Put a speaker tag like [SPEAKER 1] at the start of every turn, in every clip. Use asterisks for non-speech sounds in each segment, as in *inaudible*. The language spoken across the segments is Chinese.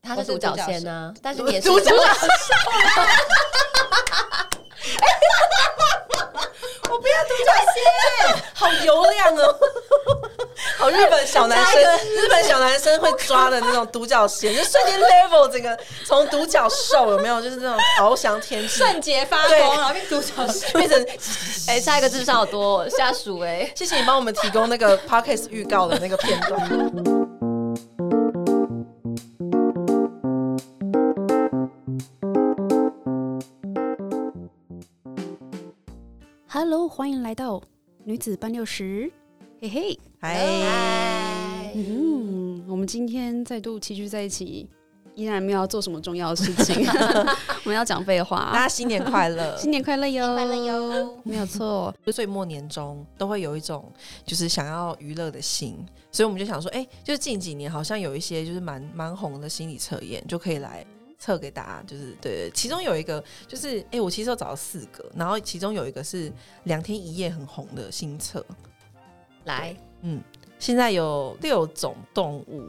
[SPEAKER 1] 他哦是独角仙呢、但 *laughs* 是你也是
[SPEAKER 2] 独角
[SPEAKER 1] 仙，
[SPEAKER 2] 我不要独角仙，好油亮哦， *laughs* 好日本小男生，日本小男生会抓的那种独角仙，就瞬间 level 整个从独角兽有没有，就是那种翱翔天 *laughs* 际，
[SPEAKER 3] 瞬间发
[SPEAKER 2] 对
[SPEAKER 3] 光，然后变独角兽。
[SPEAKER 2] 变成
[SPEAKER 1] 哎、下一个智商有多下属哎、
[SPEAKER 2] 谢谢你帮我们提供那个 podcast 预告的那个片段。
[SPEAKER 4] Hello，欢迎来到女子半六十，嘿嘿，
[SPEAKER 2] *laughs* 哎，
[SPEAKER 4] 嗯，我们今天再度齐聚在一起，依然没有要做什么重要的事 *laughs* 情，我们要讲废
[SPEAKER 2] 大
[SPEAKER 4] 话。
[SPEAKER 2] 家新年快 *laughs* 乐！
[SPEAKER 4] 新年快乐哟！
[SPEAKER 3] 快乐哟！
[SPEAKER 4] 没有错，
[SPEAKER 2] 就岁末年终都会有一种就是想要娱乐的心，所以我们就想说，哎、就是近几年好像有一些就是蛮蛮红的心理测验，就可以来测给大家。就是对对，其中有一个就是，哎、我其实有找到四个，然后其中有一个是两天一夜很红的新测，
[SPEAKER 1] 来，
[SPEAKER 2] 嗯，现在有六种动物，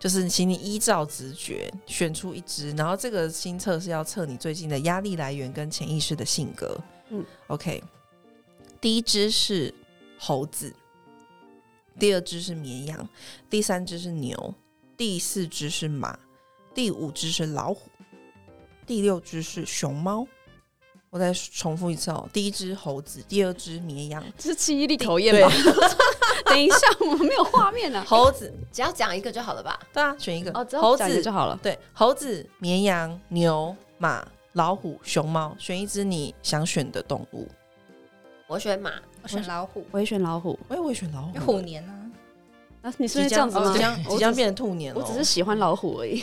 [SPEAKER 2] 就是请你依照直觉选出一只，然后这个新测是要测你最近的压力来源跟潜意识的性格。嗯
[SPEAKER 4] 嗯
[SPEAKER 2] ，OK，第一只是猴子，第二只是绵羊，第三只是牛，第四只是马，第五只是老虎，第六只是熊猫。我再重复一次哦，第一只猴子，第二只绵羊，
[SPEAKER 4] *laughs* 这是记忆力考验吧？ *laughs* 等一下，我们没有画面啊，
[SPEAKER 2] 猴子
[SPEAKER 1] 只要讲一个就好了吧？
[SPEAKER 2] 对啊，选一个。
[SPEAKER 4] 哦只要
[SPEAKER 2] 猴
[SPEAKER 4] 讲一个
[SPEAKER 2] 子
[SPEAKER 4] 就好了。
[SPEAKER 2] 对，猴子、绵羊、牛、马、老虎、熊猫，选一只你想选的动物。
[SPEAKER 1] 我选马，
[SPEAKER 3] 我选老虎，
[SPEAKER 4] 我会选老虎。
[SPEAKER 2] 我也会选老
[SPEAKER 3] 因为
[SPEAKER 2] 虎欸
[SPEAKER 3] 虎。年啊，
[SPEAKER 4] 啊，你是不
[SPEAKER 2] 即
[SPEAKER 4] 是这样
[SPEAKER 2] 将哦
[SPEAKER 4] 子吗
[SPEAKER 2] 即？将即将变成兔年了。哦
[SPEAKER 4] 我只是喜欢老虎而已。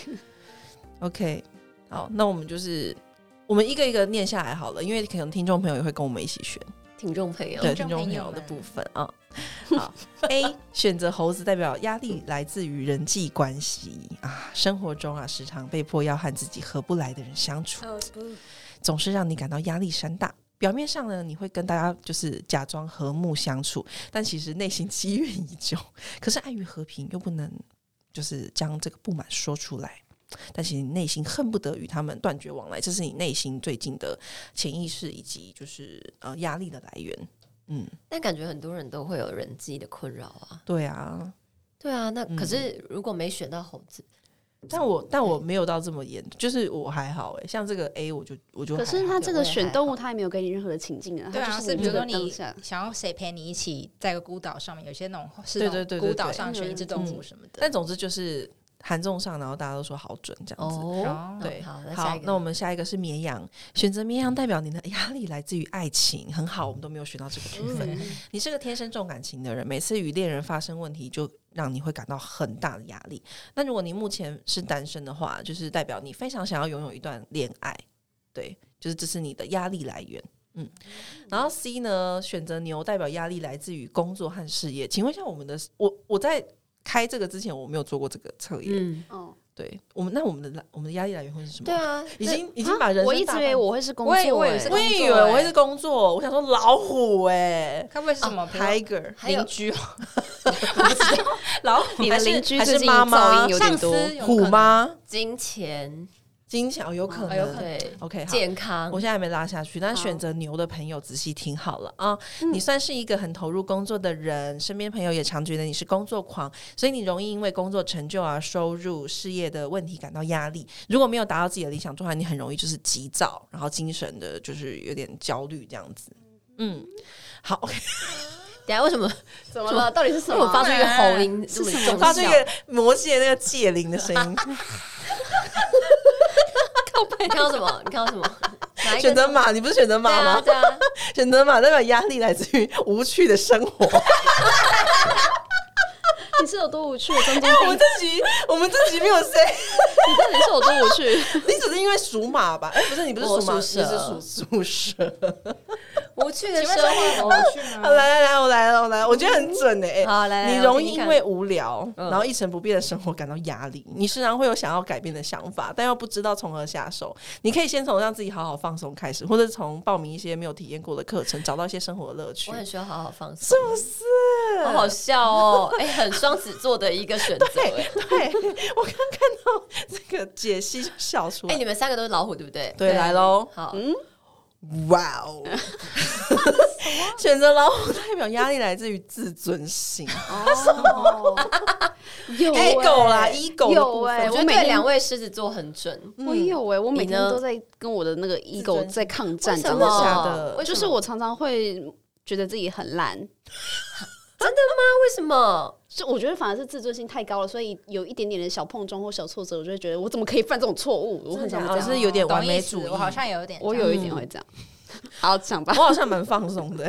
[SPEAKER 2] OK，好，那我们就是我们一个一个念下来好了，因为可能听众朋友也会跟我们一起选。
[SPEAKER 1] 听众朋友，
[SPEAKER 2] 对听众
[SPEAKER 3] 听众
[SPEAKER 2] 朋
[SPEAKER 3] 朋
[SPEAKER 2] 友
[SPEAKER 3] 友
[SPEAKER 2] 的
[SPEAKER 3] 们
[SPEAKER 2] 部分啊。好，A 选择猴子代表压力来自于人际关系啊，生活中啊时常被迫要和自己合不来的人相处，总是让你感到压力山大。表面上呢，你会跟大家就是假装和睦相处，但其实内心积怨已久。 *laughs* 可是碍于和平，又不能就是将这个不满说出来。但其实你内心恨不得与他们断绝往来，这是你内心最近的潜意识以及就是呃压力的来源。嗯，
[SPEAKER 1] 但感觉很多人都会有人际的困扰啊。
[SPEAKER 2] 对啊，
[SPEAKER 1] 对啊，那
[SPEAKER 2] 嗯
[SPEAKER 1] 可是如果没选到猴子，
[SPEAKER 2] 但我但我没有到这么严，就是我还好哎、像这个 A 我就我就
[SPEAKER 4] 可
[SPEAKER 2] 还
[SPEAKER 4] 是
[SPEAKER 2] 好
[SPEAKER 4] 他这
[SPEAKER 1] 我
[SPEAKER 4] 个
[SPEAKER 1] 也
[SPEAKER 4] 选
[SPEAKER 1] 还
[SPEAKER 4] 动物，
[SPEAKER 1] 好
[SPEAKER 4] 他也没有给你任何的情境啊。
[SPEAKER 3] 对
[SPEAKER 4] 他
[SPEAKER 3] 啊，
[SPEAKER 4] 就是
[SPEAKER 3] 比如
[SPEAKER 4] 这
[SPEAKER 3] 说
[SPEAKER 4] 个当
[SPEAKER 3] 你
[SPEAKER 4] 下
[SPEAKER 3] *laughs* 想要谁陪你一起在个孤岛上面，有些那种是
[SPEAKER 2] 对
[SPEAKER 3] 那
[SPEAKER 2] 对
[SPEAKER 3] 种
[SPEAKER 2] 对对
[SPEAKER 3] 孤岛
[SPEAKER 2] 对
[SPEAKER 3] 上选一只动
[SPEAKER 2] 嗯
[SPEAKER 3] 物什么的。
[SPEAKER 2] 但总之就是韩综上，然后大家都说好准这样子。
[SPEAKER 1] 哦，
[SPEAKER 2] 对，
[SPEAKER 1] 好，那下
[SPEAKER 2] 好
[SPEAKER 1] 一，
[SPEAKER 2] 那我
[SPEAKER 1] 个，
[SPEAKER 2] 们下一个是绵羊。选择绵羊代表你的压力来自于爱情，很好，我们都没有选到这个部
[SPEAKER 4] 嗯
[SPEAKER 2] 分。你是个天生重感情的人，每次与恋人发生问题，就让你会感到很大的压力。那如果你目前是单身的话，就是代表你非常想要拥有一段恋爱，对，就是这是你的压力来源。嗯，然后 C 呢，选择牛代表压力来自于工作和事业。请问一下，我们的我我在开这个之前，我没有做过这个测验。
[SPEAKER 1] 嗯，
[SPEAKER 4] 哦，
[SPEAKER 2] 对我们，那我们的来我们的压力来源会是什么？
[SPEAKER 1] 对啊，
[SPEAKER 2] 已
[SPEAKER 1] 那
[SPEAKER 2] 经已经把人生
[SPEAKER 4] 我一直
[SPEAKER 2] 打
[SPEAKER 4] 以
[SPEAKER 2] 扮
[SPEAKER 4] 为我会是工作
[SPEAKER 3] 我也
[SPEAKER 4] 欸，
[SPEAKER 3] 我也是
[SPEAKER 2] 我也以为我会是工作，我想说老虎哎、
[SPEAKER 3] 该不会是什么
[SPEAKER 2] 啊
[SPEAKER 3] 比如说
[SPEAKER 2] tiger
[SPEAKER 1] 还有
[SPEAKER 3] 居哦？我不知道老虎
[SPEAKER 4] *laughs* 你的
[SPEAKER 2] 还是
[SPEAKER 4] 邻居
[SPEAKER 2] 还是
[SPEAKER 4] 最近
[SPEAKER 2] 妈妈
[SPEAKER 4] 噪音有
[SPEAKER 3] 上
[SPEAKER 4] 点多。
[SPEAKER 3] 司有可
[SPEAKER 2] 虎
[SPEAKER 3] 能？
[SPEAKER 2] 吗？
[SPEAKER 1] 金钱，
[SPEAKER 2] 金巧有可
[SPEAKER 3] 哦
[SPEAKER 2] 能，
[SPEAKER 3] 有可能
[SPEAKER 1] 对，
[SPEAKER 2] OK 哎好。
[SPEAKER 1] 健康
[SPEAKER 2] 我，现在还没拉下去，但
[SPEAKER 4] 好
[SPEAKER 2] 选择牛的朋友仔细听好了啊！你算是一个很投入工作的人，身边朋友也常觉得你是工作狂，所以你容易因为工作成就啊、收入、事业的问题感到压力。如果没有达到自己的理想状态，你很容易就是急躁，然后精神的就是有点焦虑这样子。嗯，好，OK，
[SPEAKER 1] 等一下为什么
[SPEAKER 4] 怎
[SPEAKER 1] 么了？
[SPEAKER 4] 到底是
[SPEAKER 1] 为什么发出一个
[SPEAKER 2] 哎
[SPEAKER 1] 喉音
[SPEAKER 4] 是
[SPEAKER 1] 这么
[SPEAKER 4] 什么
[SPEAKER 1] 重
[SPEAKER 2] 发出一
[SPEAKER 1] 效
[SPEAKER 2] 个魔界那个戒灵的声音，
[SPEAKER 1] 你看到什么？你看到什
[SPEAKER 2] *laughs*
[SPEAKER 1] 么？哪一个
[SPEAKER 2] 选择马，你不是选择马
[SPEAKER 1] 对啊
[SPEAKER 2] 吗？
[SPEAKER 1] 对啊，
[SPEAKER 2] 选择马代表压力来自于无趣的生 *laughs* 活。
[SPEAKER 4] 你是有多无趣？中间
[SPEAKER 2] 我们这集我们这集没有 say，
[SPEAKER 4] 你到底是有多无趣？
[SPEAKER 2] *laughs* 你只是因为属马吧？哎、不是，你不是嗯
[SPEAKER 1] 我
[SPEAKER 2] 属马，
[SPEAKER 1] 属蛇
[SPEAKER 2] 你是属属蛇。
[SPEAKER 1] 无趣的
[SPEAKER 3] 请
[SPEAKER 1] 生
[SPEAKER 3] 问是
[SPEAKER 1] 活
[SPEAKER 3] 我。去
[SPEAKER 4] *laughs*
[SPEAKER 2] 好，
[SPEAKER 3] 吗？
[SPEAKER 2] 来来来，我来了，我来了，我觉得很准诶、欸。
[SPEAKER 1] 好，来，来
[SPEAKER 2] 你
[SPEAKER 1] 我
[SPEAKER 2] 容易
[SPEAKER 1] 听听
[SPEAKER 2] 因
[SPEAKER 1] 看
[SPEAKER 2] 为无聊，
[SPEAKER 1] 嗯
[SPEAKER 2] 然后一成不变的生活感到压力。你时常会有想要改变的想法，但又不知道从何下手。你可以先从让自己好好放松开始，或者从报名一些没有体验过的课程，找到一些生活的乐趣
[SPEAKER 1] 我。很需要好好放松，是不是？好好笑哦，哎、很双子座的一个选择、
[SPEAKER 2] 对
[SPEAKER 1] 哎，
[SPEAKER 2] 对， *laughs* 我刚看到这个解析就笑出
[SPEAKER 1] 哎、
[SPEAKER 2] 来。
[SPEAKER 1] 你们三个都是老虎，对不对？
[SPEAKER 2] 对，来嗯喽！
[SPEAKER 1] 好，
[SPEAKER 2] 哇哦，选择老虎代表压力来自于自尊心，
[SPEAKER 4] 哦，
[SPEAKER 2] *laughs*
[SPEAKER 4] 有欸
[SPEAKER 2] ego 哎啦，ego 的部
[SPEAKER 4] 有
[SPEAKER 2] 分
[SPEAKER 4] 哎，
[SPEAKER 1] 我觉
[SPEAKER 4] 我
[SPEAKER 1] 得
[SPEAKER 4] 每
[SPEAKER 1] 对
[SPEAKER 4] 天
[SPEAKER 1] 两位狮子座很准，
[SPEAKER 4] 我也有哎、我每
[SPEAKER 1] 你
[SPEAKER 4] 天
[SPEAKER 1] 呢
[SPEAKER 4] 都在跟我的那个
[SPEAKER 2] 尊
[SPEAKER 4] ego 在抗战，
[SPEAKER 1] 为
[SPEAKER 4] 你
[SPEAKER 1] 什
[SPEAKER 4] 知
[SPEAKER 1] 么
[SPEAKER 4] 道吗
[SPEAKER 2] 假的
[SPEAKER 1] 为什
[SPEAKER 4] 就
[SPEAKER 1] 么
[SPEAKER 4] 是我常常会觉得自己很烂，
[SPEAKER 1] 那为什么？
[SPEAKER 4] 就我觉得反而是自尊心太高了，所以有一点点的小碰撞或小挫折，我就会觉得我怎么可以犯这种错误？我很常
[SPEAKER 2] 真
[SPEAKER 4] 这
[SPEAKER 2] 的假的
[SPEAKER 4] 样，
[SPEAKER 2] 是有点完美主
[SPEAKER 3] 哦
[SPEAKER 2] 义
[SPEAKER 3] 懂意思我好像有点这样，
[SPEAKER 4] 我有一点会这样。 *laughs* 好，讲吧
[SPEAKER 2] *laughs* 我。好像蛮放松的、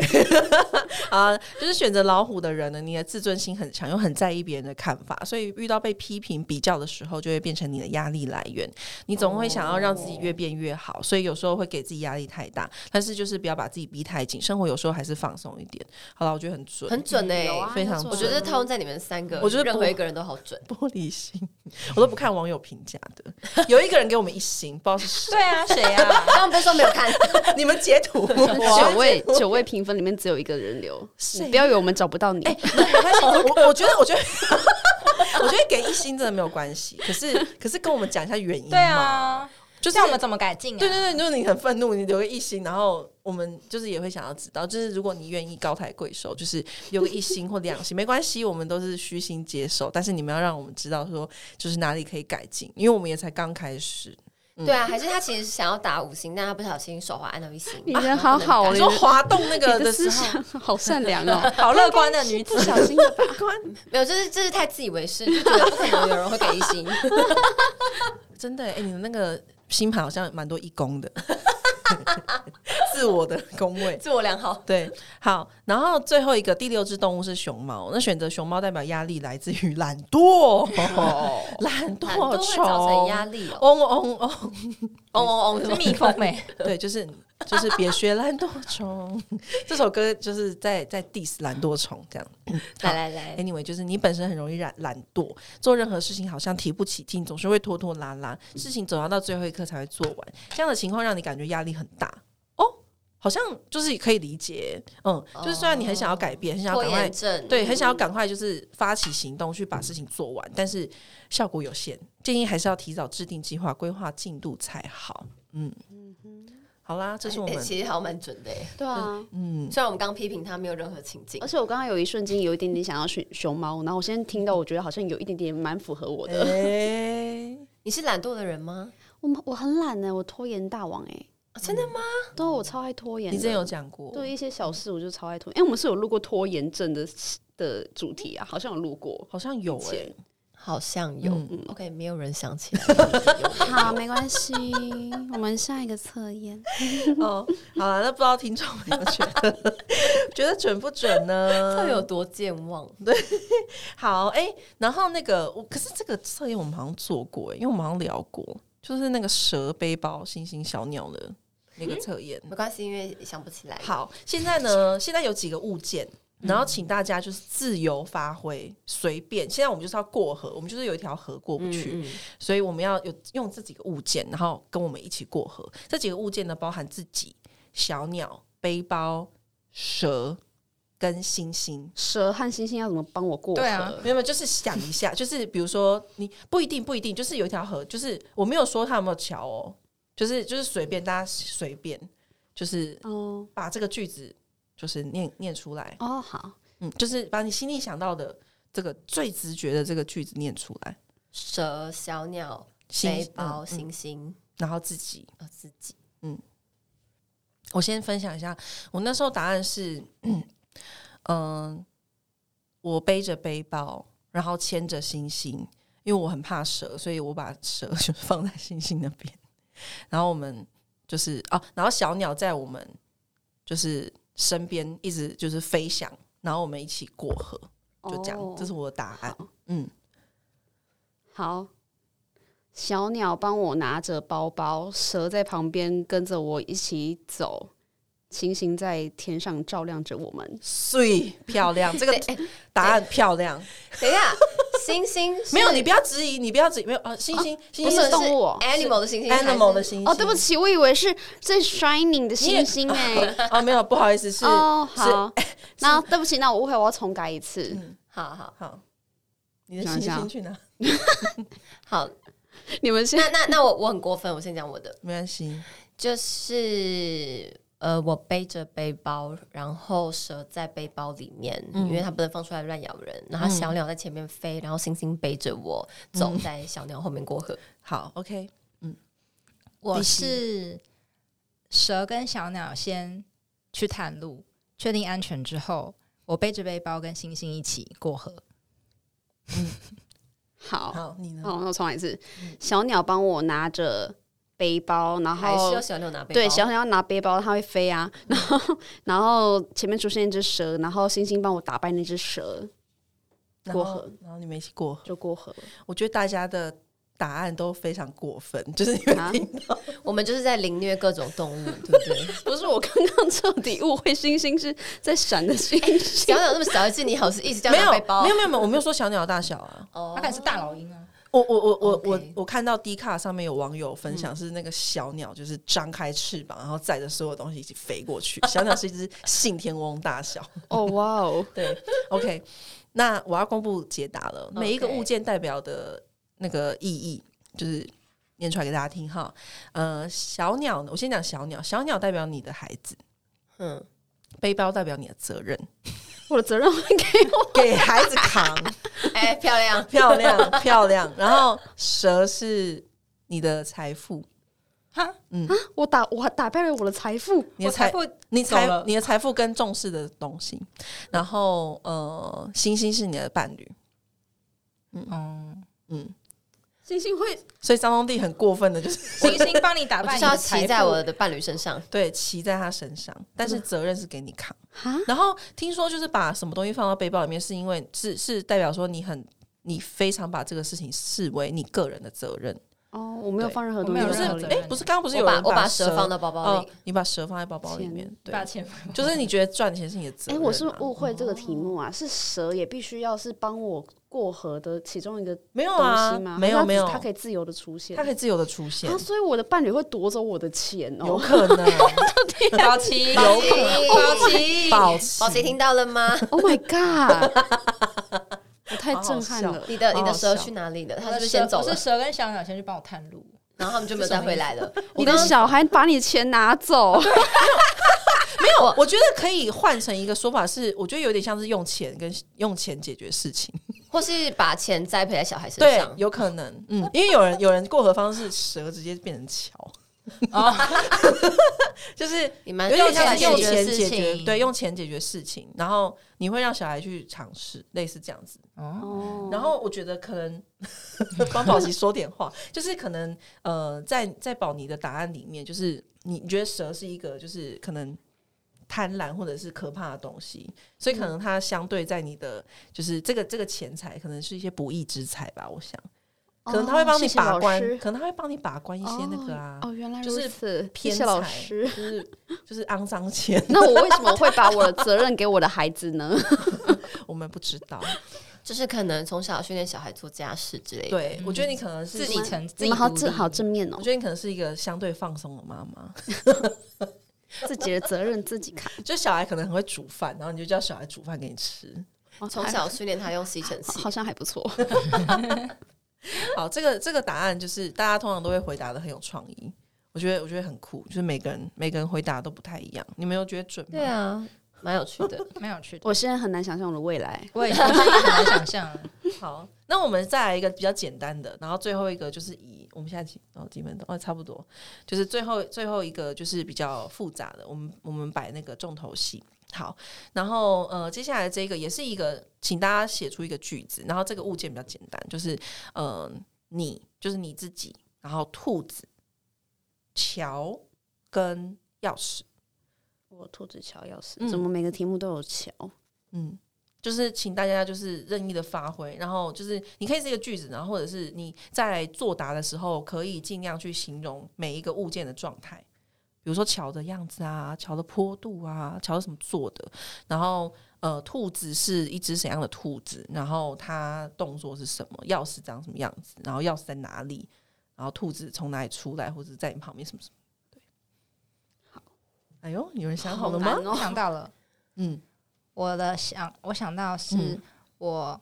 [SPEAKER 2] *laughs* 啊，就是选择老虎的人呢，你的自尊心很强，又很在意别人的看法，所以遇到被批评比较的时候，就会变成你的压力来源。你总会想要让自己越变越好，所以有时候会给自己压力太大，但是就是不要把自己逼太紧，生活有时候还是放松一点。好了，我觉得很准，
[SPEAKER 1] 很准哎、
[SPEAKER 4] 有啊
[SPEAKER 2] 非常
[SPEAKER 4] 有
[SPEAKER 1] 我
[SPEAKER 4] 啊
[SPEAKER 1] 觉得套用在你们三个，
[SPEAKER 2] 我觉得不
[SPEAKER 1] 任何一个人都好准。
[SPEAKER 2] 玻璃心， *laughs* 我都不看网友评价的。有一个人给我们一星，不知道是谁，
[SPEAKER 3] 对
[SPEAKER 2] *laughs*
[SPEAKER 3] 啊，谁啊？
[SPEAKER 1] 刚刚不是说没有看？
[SPEAKER 2] 你们截图，*laughs*
[SPEAKER 3] *laughs*
[SPEAKER 4] 九位九位评分里面只有一个人留，
[SPEAKER 2] 谁啊哎
[SPEAKER 4] 你不要以为我们找不到你。 *laughs*
[SPEAKER 2] 没关系，我我觉得，我觉得， *laughs* 我觉得给一星真的没有关系。可是，可是跟我们讲一下原因嘛。
[SPEAKER 3] 对，啊，
[SPEAKER 2] 就
[SPEAKER 3] 就是是我们怎么改进啊？
[SPEAKER 2] 对对对，就是你很愤怒，你留个一星，然后我们就是也会想要知道，就是如果你愿意高抬贵手，就是留个一星或两星没关系，我们都是虚心接受。但是你们要让我们知道说，就是哪里可以改进，因为我们也才刚开始。
[SPEAKER 1] 对啊，还是他其实想要打五星，但他不小心手滑按到一星。啊
[SPEAKER 4] 你人好好哦
[SPEAKER 2] 你说滑动那个的
[SPEAKER 4] 你的
[SPEAKER 2] 时
[SPEAKER 4] 思
[SPEAKER 2] *laughs* 候，
[SPEAKER 4] 想 *laughs* 好善良哦，
[SPEAKER 3] 好乐
[SPEAKER 2] *laughs*
[SPEAKER 3] 观的女子，
[SPEAKER 4] 不小心的吧？
[SPEAKER 1] 没有，就是就是太自以为是，就觉得不可能有人会给一
[SPEAKER 2] *laughs*
[SPEAKER 1] 星。
[SPEAKER 2] 真的哎、你的那个星盘好像蛮多义工的， *laughs* 自我的宫位。
[SPEAKER 1] 自我良好，
[SPEAKER 2] 对，好，然后最后一个第六只动物是熊猫。那选择熊猫代表压力来自于懒惰，懒
[SPEAKER 1] 哦懒
[SPEAKER 2] 惰
[SPEAKER 1] 惰会
[SPEAKER 2] 虫，
[SPEAKER 1] 造成压力哦。
[SPEAKER 2] 嗡嗡嗡，
[SPEAKER 1] 哦哦哦，
[SPEAKER 3] 是蜜蜂
[SPEAKER 2] *laughs*
[SPEAKER 3] 没？
[SPEAKER 2] 对，就是就是别学懒惰虫。 *laughs* 这首歌就是在在 diss 懒惰虫这样。
[SPEAKER 1] 来来来，
[SPEAKER 2] Anyway，就是哎你本身很容易懒懒惰，做任何事情好像提不起劲，总是会拖拖拉拉，事情总要到最后一刻才会做完。这样的情况让你感觉压力很大哦，好像就是可以理解，嗯，就是虽然你很想要改变，很想要
[SPEAKER 1] 拖
[SPEAKER 2] 赶快
[SPEAKER 1] 延症，
[SPEAKER 2] 对，很想要赶快就是发起行动去把事情做完，但是效果有限，建议还是要提早制定计划、规划进度才好。嗯，好啦，这是我
[SPEAKER 1] 哎
[SPEAKER 2] 们、
[SPEAKER 1] 其实好像蛮准的耶。欸
[SPEAKER 4] 对啊，
[SPEAKER 1] *laughs*
[SPEAKER 2] 嗯，
[SPEAKER 1] 虽然我们刚批评他没有任何情境
[SPEAKER 4] 而，且我刚刚有一瞬间有一点点想要选熊猫，然后我现在听到，我觉得好像有一点点蛮符合我
[SPEAKER 2] 哎、
[SPEAKER 4] 的。
[SPEAKER 1] 你是懒惰的人吗？
[SPEAKER 4] 我我很懒呢、我拖延大王哎、
[SPEAKER 1] 啊真的吗？
[SPEAKER 4] 对啊，我超爱拖延
[SPEAKER 2] 你
[SPEAKER 4] 的。
[SPEAKER 2] 之前有讲过，
[SPEAKER 4] 对一些小事我就超爱拖延。哎、我们是有录过拖延症的的主题啊，好像有录过。
[SPEAKER 2] 好像有
[SPEAKER 4] 以
[SPEAKER 2] 哎、
[SPEAKER 4] 前
[SPEAKER 1] 好像有
[SPEAKER 2] 嗯。
[SPEAKER 1] OK，没有人想起 *laughs* 来。有
[SPEAKER 4] *laughs* 好，没关系，我们下一个测验。
[SPEAKER 2] 哦， *laughs* 好了，那不知道听众朋友觉得觉得准不
[SPEAKER 1] *laughs*
[SPEAKER 2] 准呢？
[SPEAKER 1] 到底有多健忘？
[SPEAKER 2] 好，哎、然后那个我，可是这个测验我们好像做过、欸，因为我们好像聊过，就是那个蛇背包、星星小鸟的那个测验。
[SPEAKER 1] *laughs* 没关系，因为想不起来。，
[SPEAKER 2] 好，现在呢，现在有几个物件，
[SPEAKER 1] 嗯
[SPEAKER 2] 然后请大家就是自由发挥，随便。现在我们就是要过河，我们就是有一条河过不去，
[SPEAKER 1] 嗯嗯
[SPEAKER 2] 所以我们要有用这几个物件，然后跟我们一起过河。这几个物件呢，包含自己、小鸟、背包、蛇跟星星。
[SPEAKER 4] 蛇和星星要怎么帮我过河？
[SPEAKER 3] 对啊
[SPEAKER 2] 没有，没有，就是想一下， *laughs* 就是比如说你不一定不一定，就是有一条河，就是我没有说它有没有桥哦，就是就是随便大家随便，就是
[SPEAKER 4] 哦
[SPEAKER 2] 把这个句子就是念念出来，
[SPEAKER 4] 哦，好，
[SPEAKER 2] 嗯，就是把你心里想到的这个最直觉的这个句子念出来，
[SPEAKER 1] 蛇、小鸟、
[SPEAKER 2] 心
[SPEAKER 1] 背包、
[SPEAKER 2] 嗯嗯
[SPEAKER 1] 星星，
[SPEAKER 2] 然后自己。
[SPEAKER 1] 呃，自己
[SPEAKER 2] 我先分享一下，我那时候答案是，嗯、我背着背包，然后牵着星星，因为我很怕蛇，所以我把蛇 *laughs* 就放在星星那边。然后我们就是哦、然后小鸟在我们就是身边一直就是飞翔，然后我们一起过河，就这样，
[SPEAKER 4] 哦
[SPEAKER 2] 这是我的答案
[SPEAKER 4] 好。
[SPEAKER 2] 嗯，
[SPEAKER 4] 好，小鸟帮我拿着包包，蛇在旁边跟着我一起走，行星在天上照亮着我们。
[SPEAKER 2] 碎漂亮，
[SPEAKER 4] *laughs*
[SPEAKER 2] 这个
[SPEAKER 1] 对哎
[SPEAKER 2] 答案漂亮。
[SPEAKER 1] 等一下，星星是
[SPEAKER 2] 没有，你不要质疑，你不要质疑，没有啊，星星，星
[SPEAKER 1] 不
[SPEAKER 2] 星
[SPEAKER 1] 是
[SPEAKER 4] 动物哦
[SPEAKER 1] animal 的星星还是
[SPEAKER 2] animal 的星星。
[SPEAKER 4] 哦，对不，起，我以为是最 shining 的
[SPEAKER 2] *laughs*
[SPEAKER 4] 星星哎、
[SPEAKER 2] 哦，没有，不好意思，是
[SPEAKER 4] 哦，
[SPEAKER 2] 是嗯
[SPEAKER 4] 好，那对不起，那我误会，我要重改一次。
[SPEAKER 1] 好好
[SPEAKER 2] 好，你的
[SPEAKER 4] 想
[SPEAKER 2] 星
[SPEAKER 4] 一下
[SPEAKER 2] 星去哪？
[SPEAKER 1] 好，
[SPEAKER 4] 你们先
[SPEAKER 1] 那那那我我很过分，我先讲我的，
[SPEAKER 2] 没关系，
[SPEAKER 1] 就是呃，我背着背包，然后蛇在背包里面，因为它不能放出来乱咬人。然后小鸟在前面飞，然后星星背着我走在小鸟后面过河。
[SPEAKER 2] 好，OK，
[SPEAKER 3] 我
[SPEAKER 2] 必须
[SPEAKER 3] 是蛇跟小鸟先去探路，确定安全之后，我背着背包跟星星一起过河。
[SPEAKER 4] 好，哦
[SPEAKER 2] 好，你呢？
[SPEAKER 4] 好，那我重来一次。小鸟帮我拿着背包，然
[SPEAKER 1] 还是
[SPEAKER 4] 后
[SPEAKER 1] 要小鸟拿背包？
[SPEAKER 4] 嗯对，小鸟要拿背包，它会飞啊。然后， *laughs* 然后前面出现一只蛇，然后星星帮我打败那只蛇，
[SPEAKER 2] 然
[SPEAKER 4] 过
[SPEAKER 2] 后
[SPEAKER 4] 河，
[SPEAKER 2] 然后你们一起过河。
[SPEAKER 4] 就过河了。
[SPEAKER 2] 我觉得大家的答案都非常过分，就是你们
[SPEAKER 4] 啊
[SPEAKER 2] 听到
[SPEAKER 1] *laughs* 我们就是在凌虐各种动物，对不对？
[SPEAKER 4] 不是我刚刚彻底误会，星星是在闪的星
[SPEAKER 1] 小
[SPEAKER 4] 星。
[SPEAKER 1] 鸟那么小一只，你好是一直这
[SPEAKER 2] 没
[SPEAKER 1] 样
[SPEAKER 2] 有
[SPEAKER 1] 拿背
[SPEAKER 4] 啊
[SPEAKER 1] 包？
[SPEAKER 2] 没有没有没有，我没有说小鸟大小啊。
[SPEAKER 1] 哦，
[SPEAKER 3] 它可能是大老鹰啊，
[SPEAKER 2] 我我我我我
[SPEAKER 1] OK
[SPEAKER 2] 我看到 D 卡上面有网友分享是那个小鸟，就是张开翅膀，然后载着所有东西一起飞过去。小鸟是一只信天翁大小。
[SPEAKER 4] *laughs* 哦，哇哦，
[SPEAKER 2] 对，OK，那我要公布解答了，每一个物件代表的那个意义，就是念出来给大家听哈。呃，小鸟，我先讲小鸟，小鸟代表你的孩子，
[SPEAKER 1] 嗯，
[SPEAKER 2] 背包代表你的责任，
[SPEAKER 4] 我的责任会给我。
[SPEAKER 2] 给孩子扛， *laughs*
[SPEAKER 1] 哎，漂亮，
[SPEAKER 2] 漂亮漂亮。然后蛇是你的财富，
[SPEAKER 3] 哈，
[SPEAKER 4] 我打我还打败了我的财富，
[SPEAKER 2] 你
[SPEAKER 3] 我
[SPEAKER 2] 的财
[SPEAKER 3] 才。不
[SPEAKER 2] 你
[SPEAKER 3] 走
[SPEAKER 2] 财
[SPEAKER 3] 了
[SPEAKER 2] 你的财富跟重视的东西，然后呃，星星是你的伴侣，
[SPEAKER 3] 嗯，
[SPEAKER 2] 嗯，
[SPEAKER 4] 星星会
[SPEAKER 2] 所以张东弟很过分的就是 *laughs*
[SPEAKER 3] 星星帮你打
[SPEAKER 1] 我就
[SPEAKER 3] 败你
[SPEAKER 1] 是要
[SPEAKER 3] 的
[SPEAKER 1] 骑
[SPEAKER 3] 财
[SPEAKER 1] 在
[SPEAKER 3] 富
[SPEAKER 1] 我的伴侣身上。
[SPEAKER 2] 对骑在他身上，但是责任是给你扛。
[SPEAKER 4] 哈，
[SPEAKER 2] 然后听说就是把什么东西放到背包里面，是因为是是代表说你很你非常把这个事情视为你个人的责任，
[SPEAKER 4] 哦，我没有
[SPEAKER 2] 对
[SPEAKER 4] 放任何
[SPEAKER 3] 我
[SPEAKER 4] 东西
[SPEAKER 3] 没
[SPEAKER 2] 不
[SPEAKER 3] 有
[SPEAKER 4] 在
[SPEAKER 2] 是
[SPEAKER 3] 任
[SPEAKER 4] 这
[SPEAKER 3] 何
[SPEAKER 4] 里
[SPEAKER 3] 责。
[SPEAKER 2] 哎
[SPEAKER 3] 任，
[SPEAKER 2] 不是刚刚不是
[SPEAKER 1] 我
[SPEAKER 2] 有
[SPEAKER 1] 把
[SPEAKER 2] 人
[SPEAKER 1] 我把
[SPEAKER 2] 蛇
[SPEAKER 1] 蛇放
[SPEAKER 2] 到
[SPEAKER 1] 到包包
[SPEAKER 2] 哦
[SPEAKER 1] 里，，
[SPEAKER 2] 你把蛇放在包包里面，对，
[SPEAKER 3] 把
[SPEAKER 2] *laughs*
[SPEAKER 3] 钱
[SPEAKER 2] 就是你觉得赚钱是你的责
[SPEAKER 4] 哎、
[SPEAKER 2] 任、啊，
[SPEAKER 4] 我是误会这个
[SPEAKER 2] 哦
[SPEAKER 4] 题目啊，是蛇也必须要是帮我过河的其中一个
[SPEAKER 2] 没有
[SPEAKER 4] 东
[SPEAKER 2] 啊
[SPEAKER 4] 西吗？，
[SPEAKER 2] 没有没有，
[SPEAKER 4] 它可以自由的出现
[SPEAKER 2] 它。可以自由的出现
[SPEAKER 4] 啊，，所以我的伴侣会夺走我的钱
[SPEAKER 2] 有
[SPEAKER 4] 哦！
[SPEAKER 2] 可能
[SPEAKER 1] 保奇，
[SPEAKER 2] 有
[SPEAKER 3] 哦
[SPEAKER 1] 保
[SPEAKER 2] 可
[SPEAKER 1] 奇，
[SPEAKER 2] 能
[SPEAKER 1] 保奇，
[SPEAKER 2] 保持
[SPEAKER 1] 宝奇听到了吗？
[SPEAKER 4] *laughs* Oh
[SPEAKER 2] *laughs*
[SPEAKER 4] my god！我太
[SPEAKER 2] 好好
[SPEAKER 4] 震撼
[SPEAKER 2] 笑
[SPEAKER 4] 了。
[SPEAKER 1] 你的
[SPEAKER 2] 好
[SPEAKER 1] 你
[SPEAKER 2] 好
[SPEAKER 1] 的蛇
[SPEAKER 2] 笑
[SPEAKER 1] 去哪里了？他是
[SPEAKER 3] 我
[SPEAKER 1] 不
[SPEAKER 3] 的
[SPEAKER 1] 是
[SPEAKER 3] 蛇
[SPEAKER 1] 先走
[SPEAKER 3] 我
[SPEAKER 1] 了
[SPEAKER 3] 是？蛇跟小鸟先去帮我探路，
[SPEAKER 1] 然后他们就没有再回
[SPEAKER 2] *laughs*
[SPEAKER 1] 来了。
[SPEAKER 4] 你的小孩把你钱拿走，
[SPEAKER 1] 没有
[SPEAKER 2] 我觉得可以换成一个说法是，我觉得有点像是用钱跟用钱解决事情，
[SPEAKER 1] 或是把钱栽培在小孩身
[SPEAKER 2] 对
[SPEAKER 1] 上，。
[SPEAKER 2] 有可能，嗯，因为有人有人过河方式，蛇直接变成桥，就是
[SPEAKER 1] 你们
[SPEAKER 2] 有点像是
[SPEAKER 1] 啊用
[SPEAKER 2] 用
[SPEAKER 1] 钱
[SPEAKER 2] 钱
[SPEAKER 1] 事
[SPEAKER 2] 解
[SPEAKER 1] 情
[SPEAKER 2] 决，对，用钱解决事情，然后你会让小孩去尝试，类似这样子。
[SPEAKER 3] 哦，
[SPEAKER 4] 哦
[SPEAKER 2] 然后我觉得可能帮宝琪说点话，就是可能呃，在在宝妮的答案里面，就是你觉得蛇是一个就是可能贪婪或者是可怕的东西，所以可
[SPEAKER 4] 嗯
[SPEAKER 2] 能它相对在你的就是这个这个钱财，可能是一些不义之财吧，我想，可能他会帮你
[SPEAKER 4] 哦谢谢
[SPEAKER 2] 把
[SPEAKER 4] 老
[SPEAKER 2] 关，
[SPEAKER 4] 师
[SPEAKER 2] 可能他会帮你把关一些那个啊，
[SPEAKER 4] 哦，原来
[SPEAKER 2] 就
[SPEAKER 4] 如
[SPEAKER 2] 是
[SPEAKER 4] 此，谢
[SPEAKER 2] 偏
[SPEAKER 4] 谢老
[SPEAKER 2] 财
[SPEAKER 4] 师。
[SPEAKER 2] 就是就是肮脏钱，
[SPEAKER 4] 那我为什么会把我的责任给我的孩子
[SPEAKER 2] *laughs*
[SPEAKER 4] 呢？
[SPEAKER 2] 我们不知道。
[SPEAKER 1] 就是可能从小训练小孩做家事之类的。
[SPEAKER 2] 对，我觉
[SPEAKER 4] 嗯
[SPEAKER 2] 得你可能是
[SPEAKER 3] 自己成自
[SPEAKER 4] 你
[SPEAKER 3] 己
[SPEAKER 4] 们好
[SPEAKER 3] 独
[SPEAKER 4] 正
[SPEAKER 3] 立
[SPEAKER 4] 好正面哦
[SPEAKER 2] 我，觉得你可能是一个相对放松的妈妈，
[SPEAKER 4] 自己的责任自己扛。
[SPEAKER 2] 就小孩可能很会煮饭，然后你就叫小孩煮饭给你吃。
[SPEAKER 4] 哦
[SPEAKER 1] 从
[SPEAKER 4] 还
[SPEAKER 1] 小训练他用吸尘器
[SPEAKER 4] 好，像还不 *laughs* 错。
[SPEAKER 2] 好，这个这个答案就是大家通常都会回答的很有创意，我觉得我觉得很酷，就是每个人每个人回答都不太一样。你们有觉得准吗？
[SPEAKER 1] 对啊，蛮有趣的。
[SPEAKER 3] 蛮有趣的，
[SPEAKER 4] 我现在很难想象我的未来。
[SPEAKER 3] *laughs* 我也是我现在很难想象。啊
[SPEAKER 2] *laughs* 好，那我们再来一个比较简单的，然后最后一个就是以我们现在几哦几分钟哦差不多，就是最后最后一个就是比较复杂的，我们我们摆那个重头戏。好，然后呃，接下来这个也是一个，请大家写出一个句子，然后这个物件比较简单，就是呃，你就是你自己，然后兔子、桥跟钥匙，
[SPEAKER 4] 我兔子桥钥匙，
[SPEAKER 2] 嗯
[SPEAKER 4] 怎么每个题目都有桥？
[SPEAKER 2] 嗯，就是请大家就是任意的发挥，然后就是你可以是一个句子，然后或者是你在作答的时候可以尽量去形容每一个物件的状态。比比如说桥的样子啊、桥的坡度啊、桥是什么做的，然后呃，兔子是一只怎样的兔子，然后它动作是什么，钥匙长什么样子，然后钥匙在哪里，然后兔子从哪里出来，或者在你旁边什么什么。对，
[SPEAKER 4] 好，
[SPEAKER 2] 哎呦，有人想好
[SPEAKER 4] 好
[SPEAKER 2] 了
[SPEAKER 4] 难
[SPEAKER 2] 吗？
[SPEAKER 4] 哦
[SPEAKER 3] 我想到了，
[SPEAKER 2] 嗯，
[SPEAKER 3] 我的想我想到是
[SPEAKER 2] 嗯
[SPEAKER 3] 我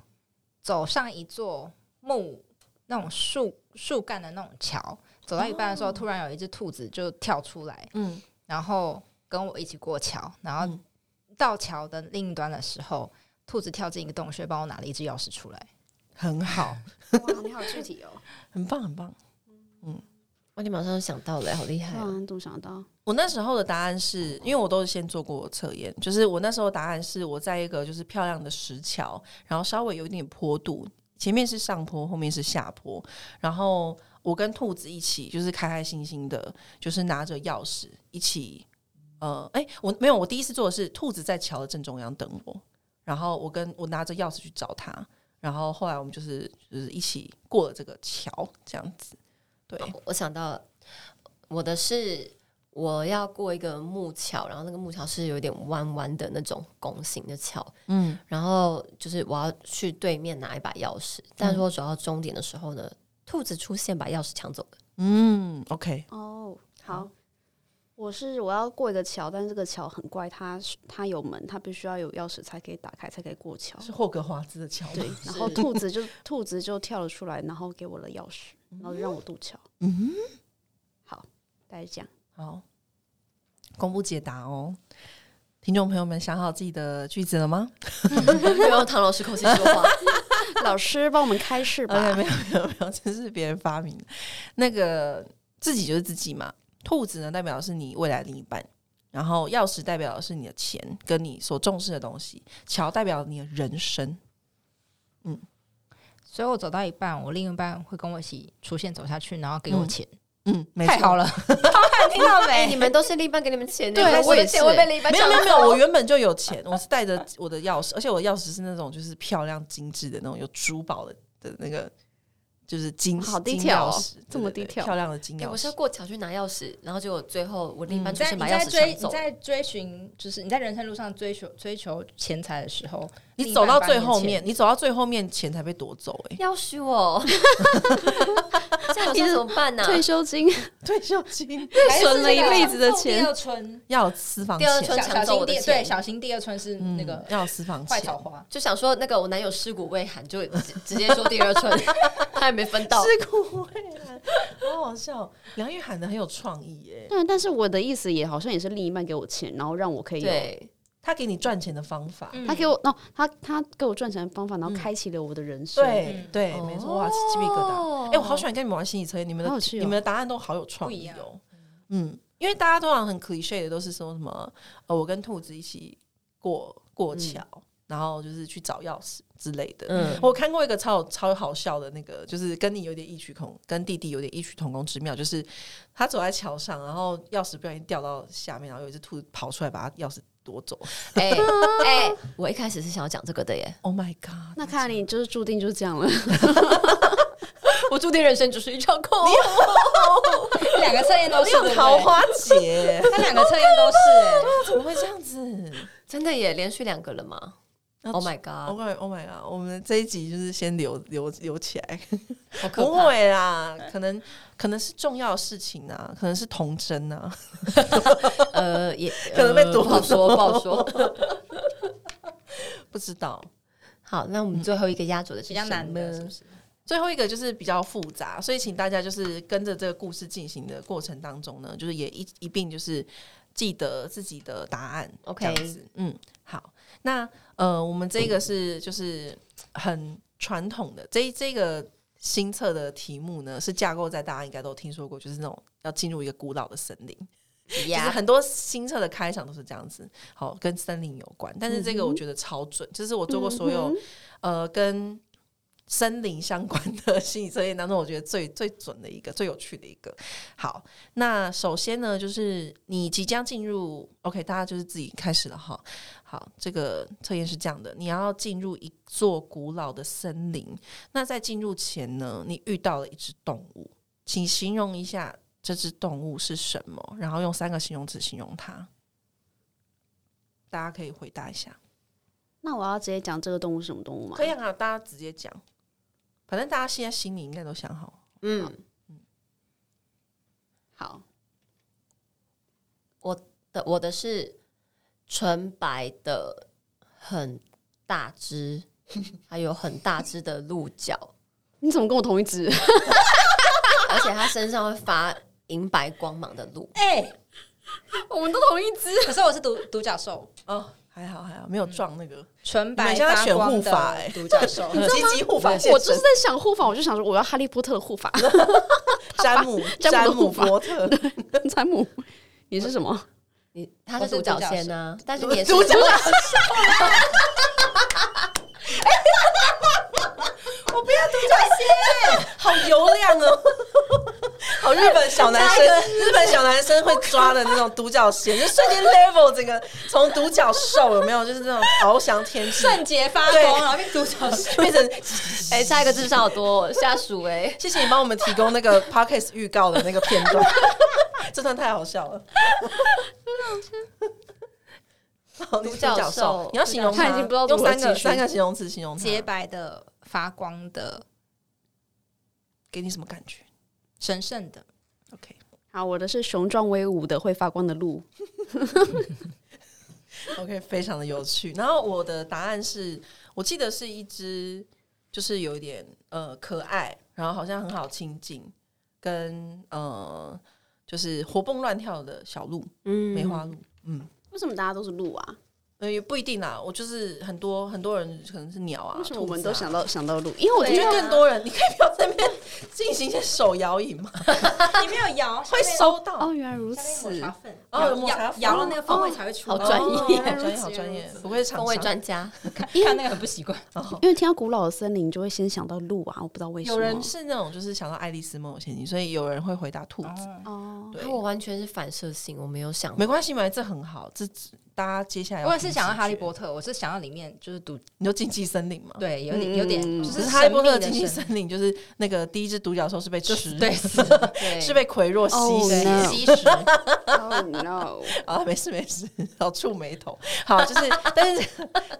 [SPEAKER 3] 走上一座木那种树树干的那种桥，走到一半的时候，突然有一只兔子就跳出来，
[SPEAKER 2] 嗯
[SPEAKER 3] 然后跟我一起过桥，然后
[SPEAKER 2] 嗯
[SPEAKER 3] 到桥的另一端的时候，兔子跳进一个洞穴，帮我拿了一只钥匙出来。
[SPEAKER 2] 很好，
[SPEAKER 4] 哇，你好具体 *laughs* 哦！
[SPEAKER 2] 很棒，很棒。
[SPEAKER 1] 哇，你马上就想到了，好厉害、
[SPEAKER 4] 哇
[SPEAKER 1] 啊！，
[SPEAKER 4] 怎么想到？
[SPEAKER 2] 我那时候的答案是因为我都是先做过测验，就是我那时候的答案是我在一个就是漂亮的石桥，然后稍微有一点坡度，前面是上坡，后面是下坡，然后我跟兔子一起就是开开心心的，就是拿着钥匙一起，呃，哎、我没有，我第一次做的是兔子在桥的正中央等我，然后我跟我拿着钥匙去找它，然后后来我们就是就是一起过了这个桥这样子，对，
[SPEAKER 1] 我想到了我的是我要过一个木桥，然后那个木桥是有点弯弯的那种拱形的桥，
[SPEAKER 2] 嗯，
[SPEAKER 1] 然后就是我要去对面拿一把钥匙，
[SPEAKER 2] 嗯
[SPEAKER 1] 但是我走到终点的时候呢，兔子出现把钥匙抢走了。
[SPEAKER 2] 嗯，OK，
[SPEAKER 4] 哦，好，我是我要过一个桥，但是这个桥很怪，它是它有门，它必须要有钥匙才可以打开，才可以过桥。
[SPEAKER 2] 是霍格华兹的桥吗？
[SPEAKER 4] 对，然后兔子就 *laughs* 兔子就跳了出来，然后给我了钥匙，然后就让我渡桥。
[SPEAKER 2] 嗯，
[SPEAKER 4] 大概是这样。
[SPEAKER 2] *laughs* 好，公布解答哦。听众朋友们，想好自己的句子了吗
[SPEAKER 1] *laughs* 没有唐老师口气说
[SPEAKER 4] *laughs*
[SPEAKER 1] 话，
[SPEAKER 4] 老师帮我们开示吧。
[SPEAKER 2] ？OK，没有啊没有没有，这是别人发明的。那个自己就是自己嘛。兔子呢，代表的是你未来另一半；然后钥匙代表的是你的钱跟你所重视的东西；桥代表你的人生。
[SPEAKER 3] 所以我走到一半，我另一半会跟我一起出现走下去，然后给我
[SPEAKER 2] 嗯
[SPEAKER 3] 钱，
[SPEAKER 2] 嗯，没
[SPEAKER 3] 太
[SPEAKER 2] 错
[SPEAKER 3] 好了，听到
[SPEAKER 1] 哎，
[SPEAKER 3] 没？
[SPEAKER 1] *laughs* 你们都是另一半给你们钱的，
[SPEAKER 2] 对
[SPEAKER 1] 但是
[SPEAKER 2] 我也
[SPEAKER 1] 的钱
[SPEAKER 2] 是
[SPEAKER 1] 会被另一半
[SPEAKER 2] 没
[SPEAKER 1] 抢
[SPEAKER 2] 有
[SPEAKER 1] 走。
[SPEAKER 2] 没有没有，我原本就有钱，我是带着我的钥匙，而且我的钥匙是那种就是漂亮精致的那种有珠宝的的那个，就是金
[SPEAKER 4] 好低
[SPEAKER 2] 金
[SPEAKER 4] 调
[SPEAKER 2] 钥
[SPEAKER 4] 哦
[SPEAKER 2] 匙，对
[SPEAKER 4] 这么
[SPEAKER 2] 对
[SPEAKER 4] 低
[SPEAKER 2] 对
[SPEAKER 4] 调
[SPEAKER 2] 漂亮的金
[SPEAKER 1] 哎
[SPEAKER 2] 钥
[SPEAKER 1] 我是
[SPEAKER 2] 匙
[SPEAKER 1] 要。过桥去拿钥匙，然后结果最后我另一半
[SPEAKER 3] 你
[SPEAKER 1] 出
[SPEAKER 3] 在
[SPEAKER 1] 现
[SPEAKER 3] 你
[SPEAKER 1] 把钥
[SPEAKER 3] 在
[SPEAKER 1] 匙
[SPEAKER 3] 追
[SPEAKER 1] 抢
[SPEAKER 3] 你
[SPEAKER 1] 走。
[SPEAKER 3] 在追寻，就是你在人生路上追求追求钱财的时候，
[SPEAKER 2] 你走到最后
[SPEAKER 3] 另一半把你的
[SPEAKER 2] 面，
[SPEAKER 3] 钱
[SPEAKER 2] 你走到最后面，钱才被夺走、
[SPEAKER 1] *laughs*
[SPEAKER 2] 哎，
[SPEAKER 1] 要许我，这样我现在怎么 *laughs* 办呢、
[SPEAKER 4] 退休金
[SPEAKER 2] 退休金
[SPEAKER 4] 存了一辈子的
[SPEAKER 3] 还是那个第
[SPEAKER 4] 钱，
[SPEAKER 3] 二春，
[SPEAKER 2] *laughs* 要私房
[SPEAKER 1] 第
[SPEAKER 2] 钱
[SPEAKER 1] 二，春
[SPEAKER 3] 小
[SPEAKER 1] 抢
[SPEAKER 3] 小
[SPEAKER 1] 走
[SPEAKER 3] 心
[SPEAKER 1] 我的
[SPEAKER 3] 第
[SPEAKER 1] 钱
[SPEAKER 3] 对小心第二春是
[SPEAKER 2] 嗯
[SPEAKER 3] 那个
[SPEAKER 2] 要私房
[SPEAKER 3] 坏
[SPEAKER 2] 钱
[SPEAKER 3] 草，花，
[SPEAKER 1] 就想说那个我男友尸骨未寒，就直直 *laughs* 接说第二春，他也没分到。
[SPEAKER 2] 尸骨未寒，好好笑。梁玉涵的很有创意、哎，
[SPEAKER 4] 对，但是我的意思也好像也是另一半给我钱，然后让我可以有
[SPEAKER 1] 对，
[SPEAKER 2] 他给你赚钱的方法，
[SPEAKER 3] *laughs* 嗯
[SPEAKER 4] 他给我，哦，他他给我赚钱的方法，然
[SPEAKER 2] 嗯
[SPEAKER 4] 后开启了我的人生。
[SPEAKER 2] 对、
[SPEAKER 3] 嗯
[SPEAKER 1] 哦
[SPEAKER 2] 对，哎没错，哇，鸡皮疙瘩。
[SPEAKER 1] 瘩
[SPEAKER 2] 哎、我好喜欢跟你们玩心理测验，你们的、
[SPEAKER 4] 哦好有趣哦
[SPEAKER 2] 你们的答案都好有创
[SPEAKER 3] 不一
[SPEAKER 2] 意
[SPEAKER 3] 样
[SPEAKER 2] 哦。嗯，因为大家通常很 cliche 的都是说什么，呃，我跟兔子一起过过
[SPEAKER 4] 嗯
[SPEAKER 2] 桥，然后就是去找钥匙之类的。
[SPEAKER 1] 嗯
[SPEAKER 2] 我看过一个超有超好笑的那个，就是跟你有点异曲同，跟弟弟有点异曲同工之妙，就是他走在桥上，然后钥匙不小心掉到下面，然后有一只兔子跑出来把他钥匙夺走。
[SPEAKER 1] *laughs* 哎哎，我一开始是想要讲这个的耶，
[SPEAKER 2] Oh my god！
[SPEAKER 4] 那看来你就是注定就是这样了。 *laughs*
[SPEAKER 1] 我注定人生只是一场空。 *laughs*
[SPEAKER 3] 两个测验都
[SPEAKER 2] 你
[SPEAKER 3] 是
[SPEAKER 2] 有桃，花 *laughs* 节，
[SPEAKER 3] 对不对他两个测验都是
[SPEAKER 2] 怎么会这样
[SPEAKER 4] *laughs* 哦
[SPEAKER 2] 子？
[SPEAKER 1] 真的耶，连续两个了吗
[SPEAKER 2] 要
[SPEAKER 1] ？Oh my
[SPEAKER 2] Oh
[SPEAKER 1] god，
[SPEAKER 2] my, oh my god！我们这一集就是先留留留起来，
[SPEAKER 1] 好可
[SPEAKER 2] 不
[SPEAKER 1] 怕！哎
[SPEAKER 2] 会啦，可能可能是重要的事情啊，可能是童真啊， *laughs*
[SPEAKER 1] 呃，也
[SPEAKER 2] 可能被
[SPEAKER 1] 呃
[SPEAKER 2] 夺
[SPEAKER 1] 不好说，不好说。
[SPEAKER 2] *laughs* 不知道。
[SPEAKER 1] 好，那我们最后一个压轴的是
[SPEAKER 3] 比较难的，
[SPEAKER 1] 什
[SPEAKER 3] 是
[SPEAKER 1] 么
[SPEAKER 2] 嗯
[SPEAKER 3] 不是？
[SPEAKER 2] 最后一个就是比较复杂，所以请大家就是跟着这个故事进行的过程当中呢，就是也一一并就是记得自己的答案。这
[SPEAKER 1] OK，
[SPEAKER 2] 样子。嗯，好，那呃，我们这个是就是很传统的，这这个新册的题目呢是架构在大家应该都听说过，就是那种要进入一个古老的森林。就是
[SPEAKER 1] 呀，
[SPEAKER 2] 很多新册的开场都是这样子，好跟森林有关，但是这个我觉得超准，就是我做过所有、呃跟森林相关的心理测验当中，我觉得最最准的一个，最有趣的一个。好，那首先呢，就是你即将进入 OK，大家就是自己开始了哈。好，这个测验是这样的，你要进入一座古老的森林，那在进入前呢，你遇到了一只动物，请形容一下这只动物是什么，然后用三个形容词形容它。大家可以回答一下。
[SPEAKER 4] 那我要直接讲这个动物是什么动物吗？
[SPEAKER 2] 可以啊，大家直接讲，反正大家现在心里应该都想好。
[SPEAKER 1] 嗯，
[SPEAKER 4] 好，
[SPEAKER 1] 的我的是纯白的，很大
[SPEAKER 2] *laughs*
[SPEAKER 1] 只，还有很大只的鹿角，
[SPEAKER 4] 你怎么跟我同一只？
[SPEAKER 1] 而且它身上会发银白光芒的鹿。
[SPEAKER 3] 哎、
[SPEAKER 4] 我们都同一只。
[SPEAKER 3] 可是我是独独角兽，
[SPEAKER 2] 哦，还好还好，没有撞那个。
[SPEAKER 3] 纯
[SPEAKER 2] 你
[SPEAKER 3] 白
[SPEAKER 2] 们现在
[SPEAKER 3] 发
[SPEAKER 2] 选护
[SPEAKER 3] 光
[SPEAKER 2] 法哎
[SPEAKER 3] 的独角
[SPEAKER 2] *laughs*
[SPEAKER 3] 兽。
[SPEAKER 2] 积极护法现
[SPEAKER 4] *laughs* 我就是
[SPEAKER 2] 身，
[SPEAKER 4] 在想护法，我就想说我要哈利波特的
[SPEAKER 2] *laughs*
[SPEAKER 4] 护法，
[SPEAKER 2] 詹姆
[SPEAKER 4] 詹
[SPEAKER 2] 詹
[SPEAKER 4] 姆的护
[SPEAKER 2] 姆
[SPEAKER 4] 法
[SPEAKER 2] 伯特， *laughs*
[SPEAKER 4] 詹姆，你是什么？
[SPEAKER 1] 你它
[SPEAKER 3] 我
[SPEAKER 1] 是独
[SPEAKER 3] 是独
[SPEAKER 1] 角
[SPEAKER 3] 角
[SPEAKER 1] 仙
[SPEAKER 3] 兽
[SPEAKER 1] 呢、但是你也是
[SPEAKER 2] 哦独角兽。我不要独角仙，好油亮哦！好日本小男生，日本小男生会抓的那种独角仙，就瞬间 level 整个从独角兽有没有，就是那种翱翔天际，
[SPEAKER 3] 瞬间发
[SPEAKER 2] 对
[SPEAKER 3] 光，然 *laughs* 后变独角兽。
[SPEAKER 2] 变成
[SPEAKER 1] *laughs* 哎、下一个智商好多、哦，下属哎、
[SPEAKER 2] 谢谢你帮我们提供那个 podcast 预告的那个片段，这段太好笑了。好你是
[SPEAKER 1] 独角
[SPEAKER 2] 角
[SPEAKER 1] 兽
[SPEAKER 2] 你要形容
[SPEAKER 4] 他已经不知道
[SPEAKER 2] 用
[SPEAKER 4] 如何
[SPEAKER 2] 三个
[SPEAKER 4] 继续
[SPEAKER 2] 三个形容词形容它，
[SPEAKER 3] 洁白的、发光的、
[SPEAKER 2] 给你什么感觉
[SPEAKER 3] 神圣的，
[SPEAKER 2] ？OK
[SPEAKER 4] 好，我的是雄壮威武的会发光的鹿。
[SPEAKER 2] OK，非常的有趣。然后我的答案是我记得是一只，就是有一点呃可爱，然后好像很好亲近，跟呃就是活蹦乱跳的小鹿，
[SPEAKER 1] 嗯
[SPEAKER 2] 梅花鹿，嗯
[SPEAKER 4] 为什么大家都是鹿啊？
[SPEAKER 2] 呃，也不一定啦。我就是很多很多人可能是鸟啊，
[SPEAKER 4] 为什么我们
[SPEAKER 2] 兔
[SPEAKER 4] 都
[SPEAKER 2] 子啊
[SPEAKER 4] 想？到想到鹿？因为我
[SPEAKER 2] 我
[SPEAKER 4] 觉
[SPEAKER 2] 觉
[SPEAKER 4] 得
[SPEAKER 2] 得更多人，你可以不要在那边 *laughs* 进行一些手摇饮嘛，
[SPEAKER 3] 你没有摇，
[SPEAKER 2] 会收到。
[SPEAKER 4] 哦，原来如
[SPEAKER 3] 下面
[SPEAKER 4] 此
[SPEAKER 3] 有抹。茶粉，
[SPEAKER 2] 哦
[SPEAKER 3] 摇
[SPEAKER 2] 有抹茶
[SPEAKER 3] 摇
[SPEAKER 2] 粉
[SPEAKER 3] 摇了那个风味才会出来。
[SPEAKER 1] 哦好专业
[SPEAKER 2] 哦好专业，好专业，不愧是
[SPEAKER 1] 风
[SPEAKER 2] 厂
[SPEAKER 1] 味
[SPEAKER 2] 商。
[SPEAKER 1] 专家，
[SPEAKER 3] 看那个很不习惯。
[SPEAKER 2] *laughs* 哦
[SPEAKER 4] 因为听到古老的森林，就会先想到鹿啊，我不知道为什么。
[SPEAKER 2] 有人是那种就是想到爱丽丝梦游仙境，所以有人会回答兔子。
[SPEAKER 4] 哦，
[SPEAKER 2] 对，
[SPEAKER 1] 我完全是反射性，我没有想
[SPEAKER 2] 没关系嘛，这很好。这大家接下来要
[SPEAKER 3] 我也是想到哈利
[SPEAKER 2] 特，
[SPEAKER 3] 波特，我是想到里面就是独
[SPEAKER 2] 你就禁忌森林嘛。，
[SPEAKER 3] 对，有点有点
[SPEAKER 4] 嗯
[SPEAKER 3] 就
[SPEAKER 2] 只是
[SPEAKER 3] 神
[SPEAKER 2] 哈利波特
[SPEAKER 3] 秘
[SPEAKER 2] 的
[SPEAKER 3] 的
[SPEAKER 2] 禁忌
[SPEAKER 3] 神
[SPEAKER 2] 森林就是那个第一只独角兽是被吃，
[SPEAKER 3] 对，
[SPEAKER 1] 对
[SPEAKER 2] *laughs* 是被奎若吸
[SPEAKER 4] 哦
[SPEAKER 2] 血。
[SPEAKER 4] no
[SPEAKER 3] 对吸食，
[SPEAKER 4] Oh no！
[SPEAKER 2] *laughs* 啊，没事没事，好触眉头。好，就是，但是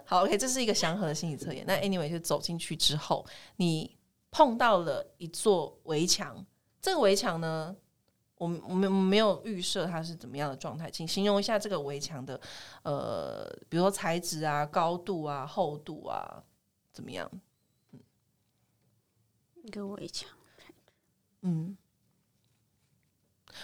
[SPEAKER 2] 好，OK，这是一个祥和的心理测验。那 anyway，就走进去之后，你碰到了一座围墙，这个围墙呢，我们我们我们没有预设它是怎么样的状态，请形容一下这个围墙的呃，比如说材质啊、高度啊、厚度啊，怎么样？
[SPEAKER 4] 你跟我一起。
[SPEAKER 2] 嗯，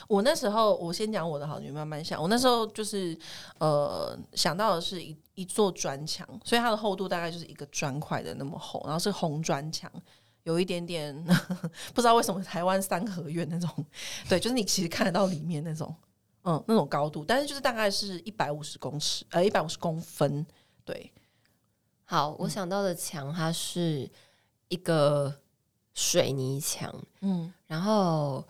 [SPEAKER 2] 我那时候我先讲我的好，你们慢慢想。我那时候就是呃想到的是一一座砖墙，所以它的厚度大概就是一个砖块的那么厚，然后是红砖墙。有一点点 *laughs* 不知道为什么台湾三合院那种，对，就是你其实看得到里面那种，嗯，那种高度，但是就是大概是一百五十公尺，呃，一百五十公分，对，
[SPEAKER 1] 好，
[SPEAKER 2] 嗯
[SPEAKER 1] 我想到的墙，它是一个水泥墙，
[SPEAKER 2] 嗯，
[SPEAKER 1] 然后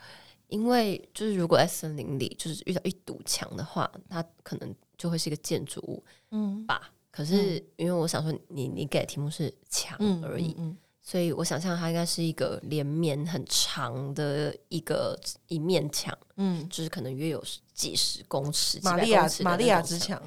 [SPEAKER 1] 因为就是如果在森林里，就是遇到一堵墙的话，它可能就会是一个建筑物
[SPEAKER 2] 嗯
[SPEAKER 1] 吧。可是因为我想说你，你给的题目是墙
[SPEAKER 2] 嗯
[SPEAKER 1] 而已，
[SPEAKER 2] 嗯
[SPEAKER 1] 所以我想象它应该是一个连绵很长的一个一面墙，
[SPEAKER 2] 嗯，
[SPEAKER 1] 就是可能约有几十公尺、几
[SPEAKER 2] 玛
[SPEAKER 1] 百
[SPEAKER 2] 利亚
[SPEAKER 1] 公尺的那种
[SPEAKER 2] 玛利亚之墙，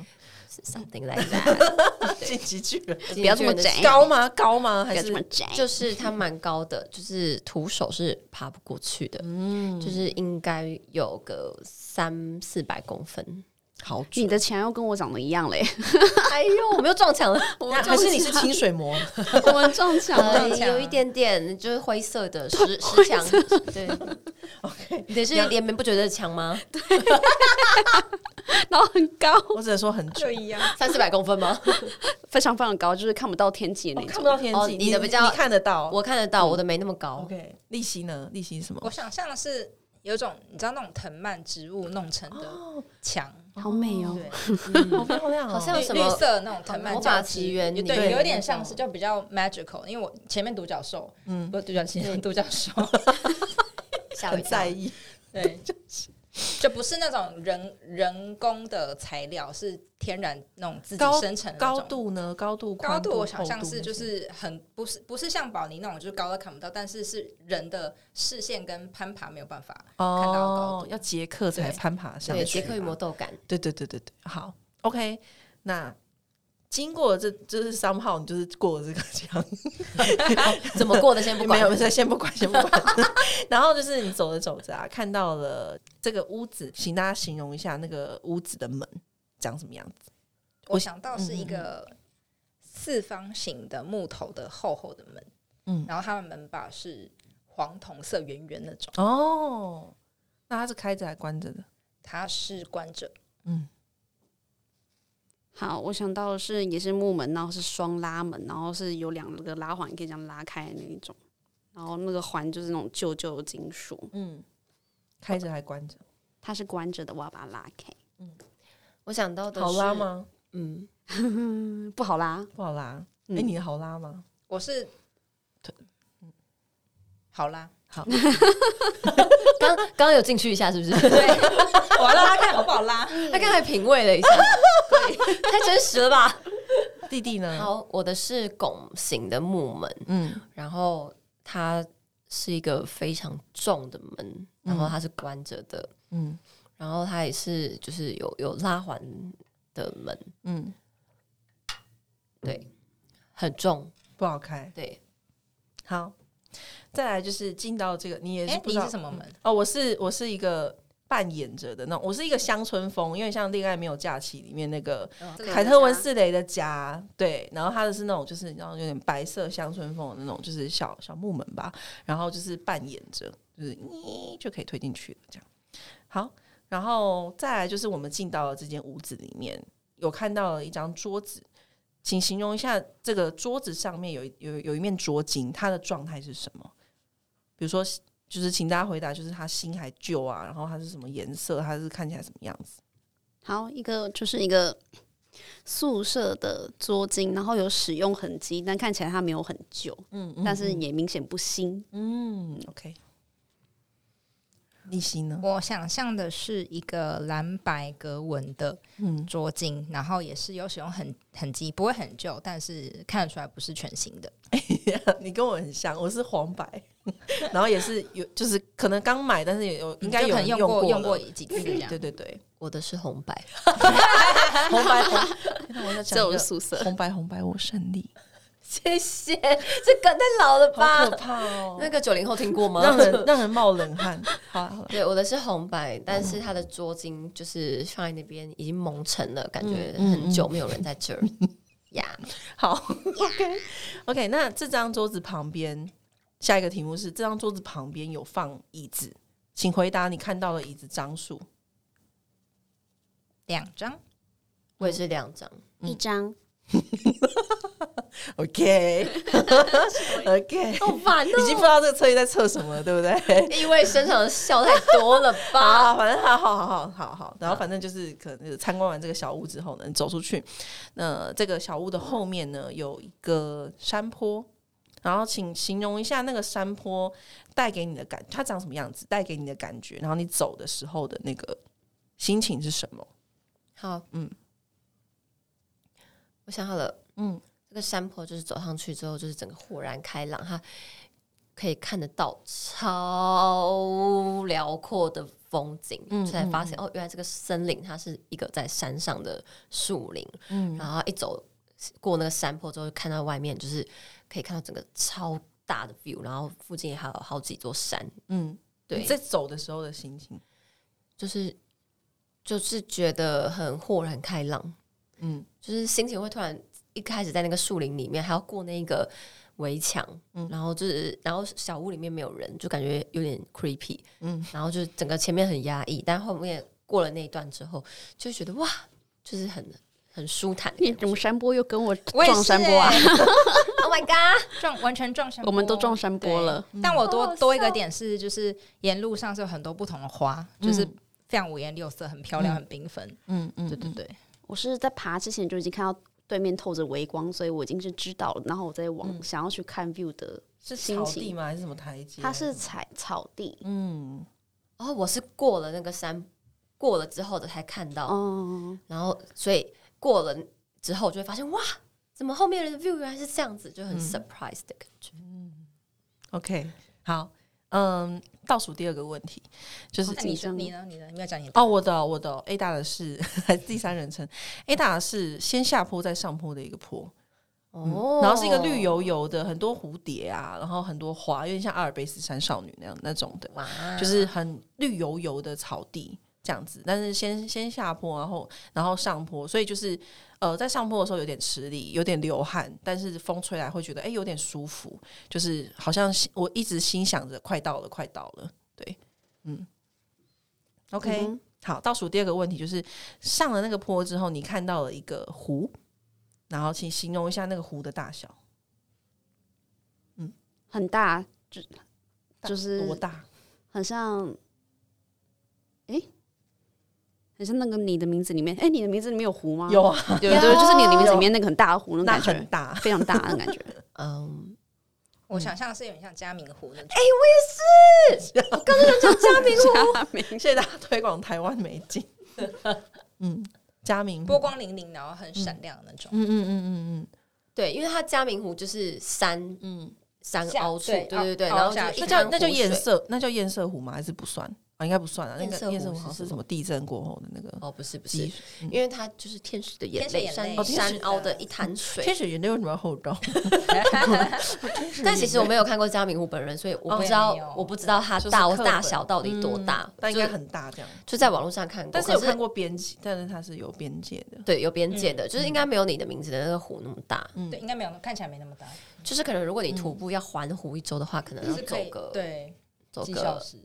[SPEAKER 1] ，something like
[SPEAKER 2] *laughs*
[SPEAKER 1] that，
[SPEAKER 2] 进击巨人
[SPEAKER 1] 不
[SPEAKER 4] 要这么窄哎呀
[SPEAKER 2] *laughs* 高吗？高吗？
[SPEAKER 4] 不
[SPEAKER 2] 还
[SPEAKER 4] 要
[SPEAKER 2] 是
[SPEAKER 4] 这么窄。
[SPEAKER 1] 就是它蛮高的，就是徒手是爬不过去的，
[SPEAKER 2] 嗯
[SPEAKER 1] 就是应该有个三四百公分。
[SPEAKER 2] 好
[SPEAKER 4] 你的墙又跟我长得一样嘞，
[SPEAKER 1] 哎呦， *laughs* 我们又撞墙了，
[SPEAKER 4] 我
[SPEAKER 2] 那
[SPEAKER 4] 们
[SPEAKER 2] 还
[SPEAKER 4] 撞
[SPEAKER 2] 是你是
[SPEAKER 4] 墙 *laughs*
[SPEAKER 2] 清水模？
[SPEAKER 4] 我们撞墙
[SPEAKER 2] 啊
[SPEAKER 4] 了。
[SPEAKER 1] 呃
[SPEAKER 3] 撞墙
[SPEAKER 1] 有一点点就是灰色的石石墙，对
[SPEAKER 2] OK
[SPEAKER 1] 你的是连绵不绝的墙吗？
[SPEAKER 4] 然后很高，
[SPEAKER 2] 我只能说很久，
[SPEAKER 3] 一样。
[SPEAKER 1] 三四百公
[SPEAKER 2] *laughs*
[SPEAKER 1] 分吗？
[SPEAKER 4] 啊非常非常高，就是看不到天际的
[SPEAKER 2] 我
[SPEAKER 4] 那
[SPEAKER 2] 看不
[SPEAKER 4] 种。
[SPEAKER 2] 到天
[SPEAKER 1] 哦
[SPEAKER 2] 际，
[SPEAKER 1] 你的比较
[SPEAKER 2] 你看得到。
[SPEAKER 1] 我看得到，我的没那么高。
[SPEAKER 2] 嗯 OK，利息呢？利息是什么
[SPEAKER 3] 我？想象的是有一种你知道那种藤蔓植物弄成的墙，
[SPEAKER 4] 好美哦！
[SPEAKER 3] 对，
[SPEAKER 2] 哦好漂亮哦，
[SPEAKER 1] 好像
[SPEAKER 3] 绿
[SPEAKER 1] 什么
[SPEAKER 3] 绿色那种藤蔓
[SPEAKER 1] 魔法
[SPEAKER 3] 交织
[SPEAKER 1] 奇缘里
[SPEAKER 3] 对，
[SPEAKER 1] 面
[SPEAKER 3] 有
[SPEAKER 1] 那
[SPEAKER 3] 一点像
[SPEAKER 1] 种
[SPEAKER 3] 是就比较 magical，因为我前面独角兽，
[SPEAKER 2] 嗯
[SPEAKER 3] *laughs* 不是独角仙，独角兽，
[SPEAKER 2] 啊
[SPEAKER 1] 吓我一
[SPEAKER 2] 很
[SPEAKER 1] 跳
[SPEAKER 2] 在。意。
[SPEAKER 3] 对， *laughs* 就不是那种人人工的材料，是天然那种自己
[SPEAKER 2] 高
[SPEAKER 3] 生成的那种
[SPEAKER 2] 高度呢？高度、
[SPEAKER 3] 高
[SPEAKER 2] 宽
[SPEAKER 3] 度，
[SPEAKER 2] 度、
[SPEAKER 3] 我想
[SPEAKER 2] 厚
[SPEAKER 3] 象
[SPEAKER 2] 度
[SPEAKER 3] 是
[SPEAKER 2] 那
[SPEAKER 3] 就
[SPEAKER 2] 些
[SPEAKER 3] 是很不是不是像宝妮那种就是高到看不到，但是是人的视线跟攀爬没有办法。看到的高
[SPEAKER 2] 哦
[SPEAKER 3] 度，
[SPEAKER 2] 要捷克才
[SPEAKER 3] 对
[SPEAKER 2] 攀爬上
[SPEAKER 1] 对，
[SPEAKER 2] 去吧。
[SPEAKER 1] 杰克与魔豆
[SPEAKER 2] *laughs*
[SPEAKER 1] 感，
[SPEAKER 2] 对对对对对，好，OK，那。经过这，就是三号，你就是过了这个 *laughs* 墙，
[SPEAKER 1] 怎么过的先不管
[SPEAKER 2] 没。有，先先不管，先不管。 *laughs* 然后就是你走着走着啊，看到了这个屋子，请大家形容一下那个屋子的门长什么样子。
[SPEAKER 3] 我想到是一
[SPEAKER 2] 嗯
[SPEAKER 3] 个四方形的木头的厚厚的门，
[SPEAKER 2] 嗯
[SPEAKER 3] 然后它的门把是黄铜色圆圆那种，
[SPEAKER 2] 哦，那它是开着还关着的？
[SPEAKER 3] 它是关着，
[SPEAKER 2] 嗯，
[SPEAKER 4] 好，我想到的是也是木门，然后是双拉门，然后是有两个拉环可以这样拉开的那一种，然后那个环就是那种旧旧的金属，
[SPEAKER 2] 嗯，开着还关着，
[SPEAKER 4] 它是关着的，我要把它拉开，
[SPEAKER 1] 我想到的是
[SPEAKER 2] 好拉？吗？
[SPEAKER 1] 嗯，
[SPEAKER 4] 嗯， *laughs* 不好拉，
[SPEAKER 2] 不好拉。哎、
[SPEAKER 4] 嗯
[SPEAKER 2] 你的好拉吗？
[SPEAKER 3] 我是
[SPEAKER 2] 对，*laughs*
[SPEAKER 3] 好啦，
[SPEAKER 2] 好，
[SPEAKER 1] 刚刚刚有进去一下，是不是？
[SPEAKER 2] *laughs*
[SPEAKER 3] 对，我要拉开好不好拉？
[SPEAKER 1] 他刚才品味了一下， *laughs* 太真实了吧？
[SPEAKER 2] 弟弟呢？
[SPEAKER 1] 好，我的是拱形的木门，
[SPEAKER 2] 嗯，
[SPEAKER 1] 然后它是一个非常重的门，然后它是关着的，
[SPEAKER 2] 嗯
[SPEAKER 1] 然后它也是就是有有拉环的门，
[SPEAKER 2] 嗯，
[SPEAKER 1] 对，很重，
[SPEAKER 2] 不好开。
[SPEAKER 1] 对，
[SPEAKER 2] 好，再来就是进到这个，你也
[SPEAKER 3] 哎、
[SPEAKER 2] 是不
[SPEAKER 3] 你
[SPEAKER 2] 知道、
[SPEAKER 3] 是什么门？
[SPEAKER 2] 哦，我是我是一个扮演者的那种，我是一个乡村风，因为像《恋爱没有假期》里面那个
[SPEAKER 3] 嗯
[SPEAKER 4] 这个
[SPEAKER 2] 凯特温斯雷的家，对，然后他的是那种就是你知道有点白色乡村风的那种，就是小小木门吧，然后就是扮演着，就是你就可以推进去了这样。好，然后再来就是我们进到了这间屋子里面，有看到了一张桌子，请形容一下这个桌子上面有一有有一面桌巾，它的状态是什么？比如说，就是请大家回答，就是它新还旧啊，然后它是什么颜色，它是看起来什么样子？
[SPEAKER 4] 好，一个就是一个宿舍的桌巾，然后有使用痕迹，但看起来它没有很久，
[SPEAKER 2] 嗯，
[SPEAKER 4] 但是也明显不新。
[SPEAKER 2] 嗯，OK。利息呢？
[SPEAKER 3] 我想象的是一个蓝白格纹的
[SPEAKER 2] 嗯
[SPEAKER 3] 桌巾，然后也是有使用痕痕迹，不会很旧，但是看得出来不是全新的。
[SPEAKER 2] *laughs* 你跟我很像，我是黄白， *laughs* 然后也是有，就是可能刚买，但是也有应该
[SPEAKER 3] 就
[SPEAKER 2] 有
[SPEAKER 3] 可
[SPEAKER 2] 人用
[SPEAKER 3] 能用过
[SPEAKER 2] 用
[SPEAKER 3] 过几次这样
[SPEAKER 2] *laughs* 对。对对，
[SPEAKER 1] 我的是红白， *laughs*
[SPEAKER 2] 红白红，天哪我在
[SPEAKER 4] 这
[SPEAKER 2] 讲一
[SPEAKER 4] 种
[SPEAKER 2] 个
[SPEAKER 4] 宿舍，
[SPEAKER 2] 红白红白我胜利，
[SPEAKER 1] 谢谢，这梗太老了
[SPEAKER 2] 好
[SPEAKER 1] 吧
[SPEAKER 2] 可？怕哦，
[SPEAKER 1] 那个九零后听过吗？
[SPEAKER 2] 让人
[SPEAKER 1] *laughs*
[SPEAKER 2] 让人冒冷汗。 *laughs* 好啊了好了，
[SPEAKER 1] 对，我的是红白，但是它的桌巾就是放在那边已经蒙尘了，感觉
[SPEAKER 2] 嗯嗯
[SPEAKER 1] 很久没有人在这 *laughs* 儿呀。
[SPEAKER 2] 好，OK OK，那这张桌子旁边，下一个题目是这张桌子旁边有放椅子，请回答你看到的椅子张数。
[SPEAKER 3] 两张，
[SPEAKER 1] 我也是两张，
[SPEAKER 2] 嗯
[SPEAKER 4] 一张
[SPEAKER 2] *laughs* OK OK，
[SPEAKER 1] 好 *laughs* 烦哦
[SPEAKER 2] 已经不知道这个测验在测什么了，对不对？
[SPEAKER 1] 意味深长的笑太多了吧？
[SPEAKER 2] *laughs* 啊，反正好好好好好好，然后反正就是可能就是参观完这个小屋之后呢，你走出去，那这个小屋的后面呢有一个山坡，然后请形容一下那个山坡带给你的感，它长什么样子，带给你的感觉，然后你走的时候的那个心情是什么？
[SPEAKER 1] 好，
[SPEAKER 2] 嗯
[SPEAKER 1] 嗯，我想好了，
[SPEAKER 2] 嗯
[SPEAKER 1] 这个山坡就是走上去之后，就是整个豁然开朗，它可以看得到超辽阔的风景，
[SPEAKER 2] 嗯
[SPEAKER 1] 才发现哦，原来这个森林它是一个在山上的树林，
[SPEAKER 2] 嗯
[SPEAKER 1] 然后一走过那个山坡之后，看到外面就是可以看到整个超大的 view，然后附近还有好几座山，
[SPEAKER 2] 嗯，
[SPEAKER 1] 对，
[SPEAKER 2] 你在走的时候的心情，
[SPEAKER 1] 就是就是觉得很豁然开朗，
[SPEAKER 2] 嗯
[SPEAKER 1] 就是心情会突然一开始在那个树林里面，还要过那个围墙，
[SPEAKER 2] 嗯
[SPEAKER 1] 然后就是然后小屋里面没有人，就感觉有点 creepy，
[SPEAKER 2] 嗯
[SPEAKER 1] 然后就是整个前面很压抑，但后面过了那一段之后，就会觉得哇，就是很很舒坦的
[SPEAKER 4] *laughs* 你
[SPEAKER 1] 感觉
[SPEAKER 4] 怎么山坡又跟我
[SPEAKER 3] 我也
[SPEAKER 4] 撞
[SPEAKER 3] 是
[SPEAKER 4] 山坡啊？
[SPEAKER 3] 欸
[SPEAKER 1] ，Oh my god！
[SPEAKER 3] 撞完全撞山坡，
[SPEAKER 4] *laughs* 我们都撞山坡了，
[SPEAKER 3] 对。但我
[SPEAKER 1] 好好
[SPEAKER 3] 多
[SPEAKER 1] 笑
[SPEAKER 3] 多一个点是，就是沿路上是有很多不同的花，就是
[SPEAKER 2] 嗯
[SPEAKER 3] 非常五颜六色，很漂亮，很缤纷。
[SPEAKER 2] 嗯嗯，
[SPEAKER 3] 对对对，
[SPEAKER 4] 我是在爬之前就已经看到对面透着微光，所以我已经是知道了，然后我再往、
[SPEAKER 2] 嗯
[SPEAKER 4] 想要去看 view 的，
[SPEAKER 2] 是
[SPEAKER 4] 心
[SPEAKER 2] 草
[SPEAKER 4] 情
[SPEAKER 2] 地吗？还是什么台阶？啊
[SPEAKER 4] 它是。踩草地，
[SPEAKER 2] 嗯，
[SPEAKER 1] 哦，我是过了那个山过了之后的才看到，
[SPEAKER 4] 哦，
[SPEAKER 1] 然后所以过了之后就会发现哇，怎么后面的 view 原来是这样子，就很
[SPEAKER 2] 嗯
[SPEAKER 1] surprise 的感觉。
[SPEAKER 2] OK，好，嗯，倒数第二个问题就是
[SPEAKER 3] 哦那你
[SPEAKER 4] 紧张
[SPEAKER 3] 你呢？你呢？你要讲你的
[SPEAKER 2] 哦，我的我的 A 大的是还是第三人称，A 大的是先下坡再上坡的一个坡，
[SPEAKER 1] 哦
[SPEAKER 2] 嗯然后是一个绿油油的，很多蝴蝶啊，然后很多花，有点像阿尔卑斯山少女那样那种的，
[SPEAKER 1] 哇，
[SPEAKER 2] 就是很绿油油的草地这样子。但是先先下坡，然后然后上坡，所以就是呃，在上坡的时候有点吃力，有点流汗，但是风吹来会觉得哎、诶有点舒服，就是好像心我一直心想着快到了，快到了，对，嗯，OK，、
[SPEAKER 4] 嗯哼
[SPEAKER 2] 好，倒数第二个问题就是上了那个坡之后，你看到了一个湖，然后请形容一下那个湖的大小，
[SPEAKER 4] 很大，就
[SPEAKER 2] 大
[SPEAKER 4] 就是
[SPEAKER 2] 多大？
[SPEAKER 4] 很像，诶，很像那个你的名字里面，诶，你的名字里面有湖吗？
[SPEAKER 2] 有啊，
[SPEAKER 4] 对对，就是你的名字里面那个很大的湖，那
[SPEAKER 2] 那
[SPEAKER 4] 种感
[SPEAKER 2] 很
[SPEAKER 4] 觉
[SPEAKER 2] 大，
[SPEAKER 4] 非常大的感
[SPEAKER 2] *laughs*
[SPEAKER 4] 觉。
[SPEAKER 1] 嗯，
[SPEAKER 3] 我想象是有点像嘉明湖那种。
[SPEAKER 4] 嘉明，
[SPEAKER 2] 谢谢大家推广台湾美景。嗯，嘉明湖
[SPEAKER 3] 波，光粼粼，然后很闪亮的那种。
[SPEAKER 2] 嗯嗯嗯嗯
[SPEAKER 1] 对，因为它嘉明湖就是山
[SPEAKER 2] 嗯嗯，
[SPEAKER 1] 山
[SPEAKER 3] 下
[SPEAKER 1] 凹处，
[SPEAKER 3] 对
[SPEAKER 1] 对对对，
[SPEAKER 3] 凹
[SPEAKER 1] 然后
[SPEAKER 3] 凹下
[SPEAKER 1] 就一
[SPEAKER 3] 去
[SPEAKER 2] 那
[SPEAKER 1] 滩
[SPEAKER 2] 叫那叫
[SPEAKER 1] 湖
[SPEAKER 2] 堰
[SPEAKER 1] 水
[SPEAKER 2] 塞，那叫堰塞湖吗？还是不算啊？应该不算啊。那
[SPEAKER 1] 堰塞
[SPEAKER 2] 个
[SPEAKER 1] 湖
[SPEAKER 2] 堰塞湖
[SPEAKER 1] 是
[SPEAKER 2] 好像
[SPEAKER 1] 什
[SPEAKER 2] 是什
[SPEAKER 1] 么
[SPEAKER 2] 么地震过后的那个
[SPEAKER 1] 哦，不是不是
[SPEAKER 2] 积，嗯
[SPEAKER 1] 因为它就是天使的眼
[SPEAKER 3] 天使
[SPEAKER 1] 泪，
[SPEAKER 3] 眼
[SPEAKER 1] 山
[SPEAKER 3] 泪
[SPEAKER 2] 哦天
[SPEAKER 1] 山
[SPEAKER 3] 使的
[SPEAKER 1] 凹的一滩水
[SPEAKER 2] 天。水岩泪为什么
[SPEAKER 1] *laughs*
[SPEAKER 2] 要后绕？
[SPEAKER 1] 但其实我没有看过嘉明湖本人，所以我不知道
[SPEAKER 3] 我也
[SPEAKER 2] 哦
[SPEAKER 3] 没有，
[SPEAKER 1] 我不知道它
[SPEAKER 2] 就是
[SPEAKER 1] 大
[SPEAKER 2] 课本
[SPEAKER 1] 大小到底多大
[SPEAKER 2] 嗯，但应
[SPEAKER 1] 就
[SPEAKER 2] 该很大这样。
[SPEAKER 1] 就在网络上看过，
[SPEAKER 2] 但是
[SPEAKER 1] 可
[SPEAKER 2] 有看过嗯边界，但是它是有边界的。
[SPEAKER 1] 对有边界的，就是应该没有你的名字的那个湖那么大。
[SPEAKER 2] 嗯
[SPEAKER 3] 对，，应该没有，看起来没那么大，
[SPEAKER 1] 就是可能如果你徒步要环湖一周的话，可能要
[SPEAKER 3] 是可
[SPEAKER 1] 走
[SPEAKER 3] 以
[SPEAKER 1] 个
[SPEAKER 3] 对
[SPEAKER 1] 走
[SPEAKER 3] 几小
[SPEAKER 1] 个
[SPEAKER 3] 时，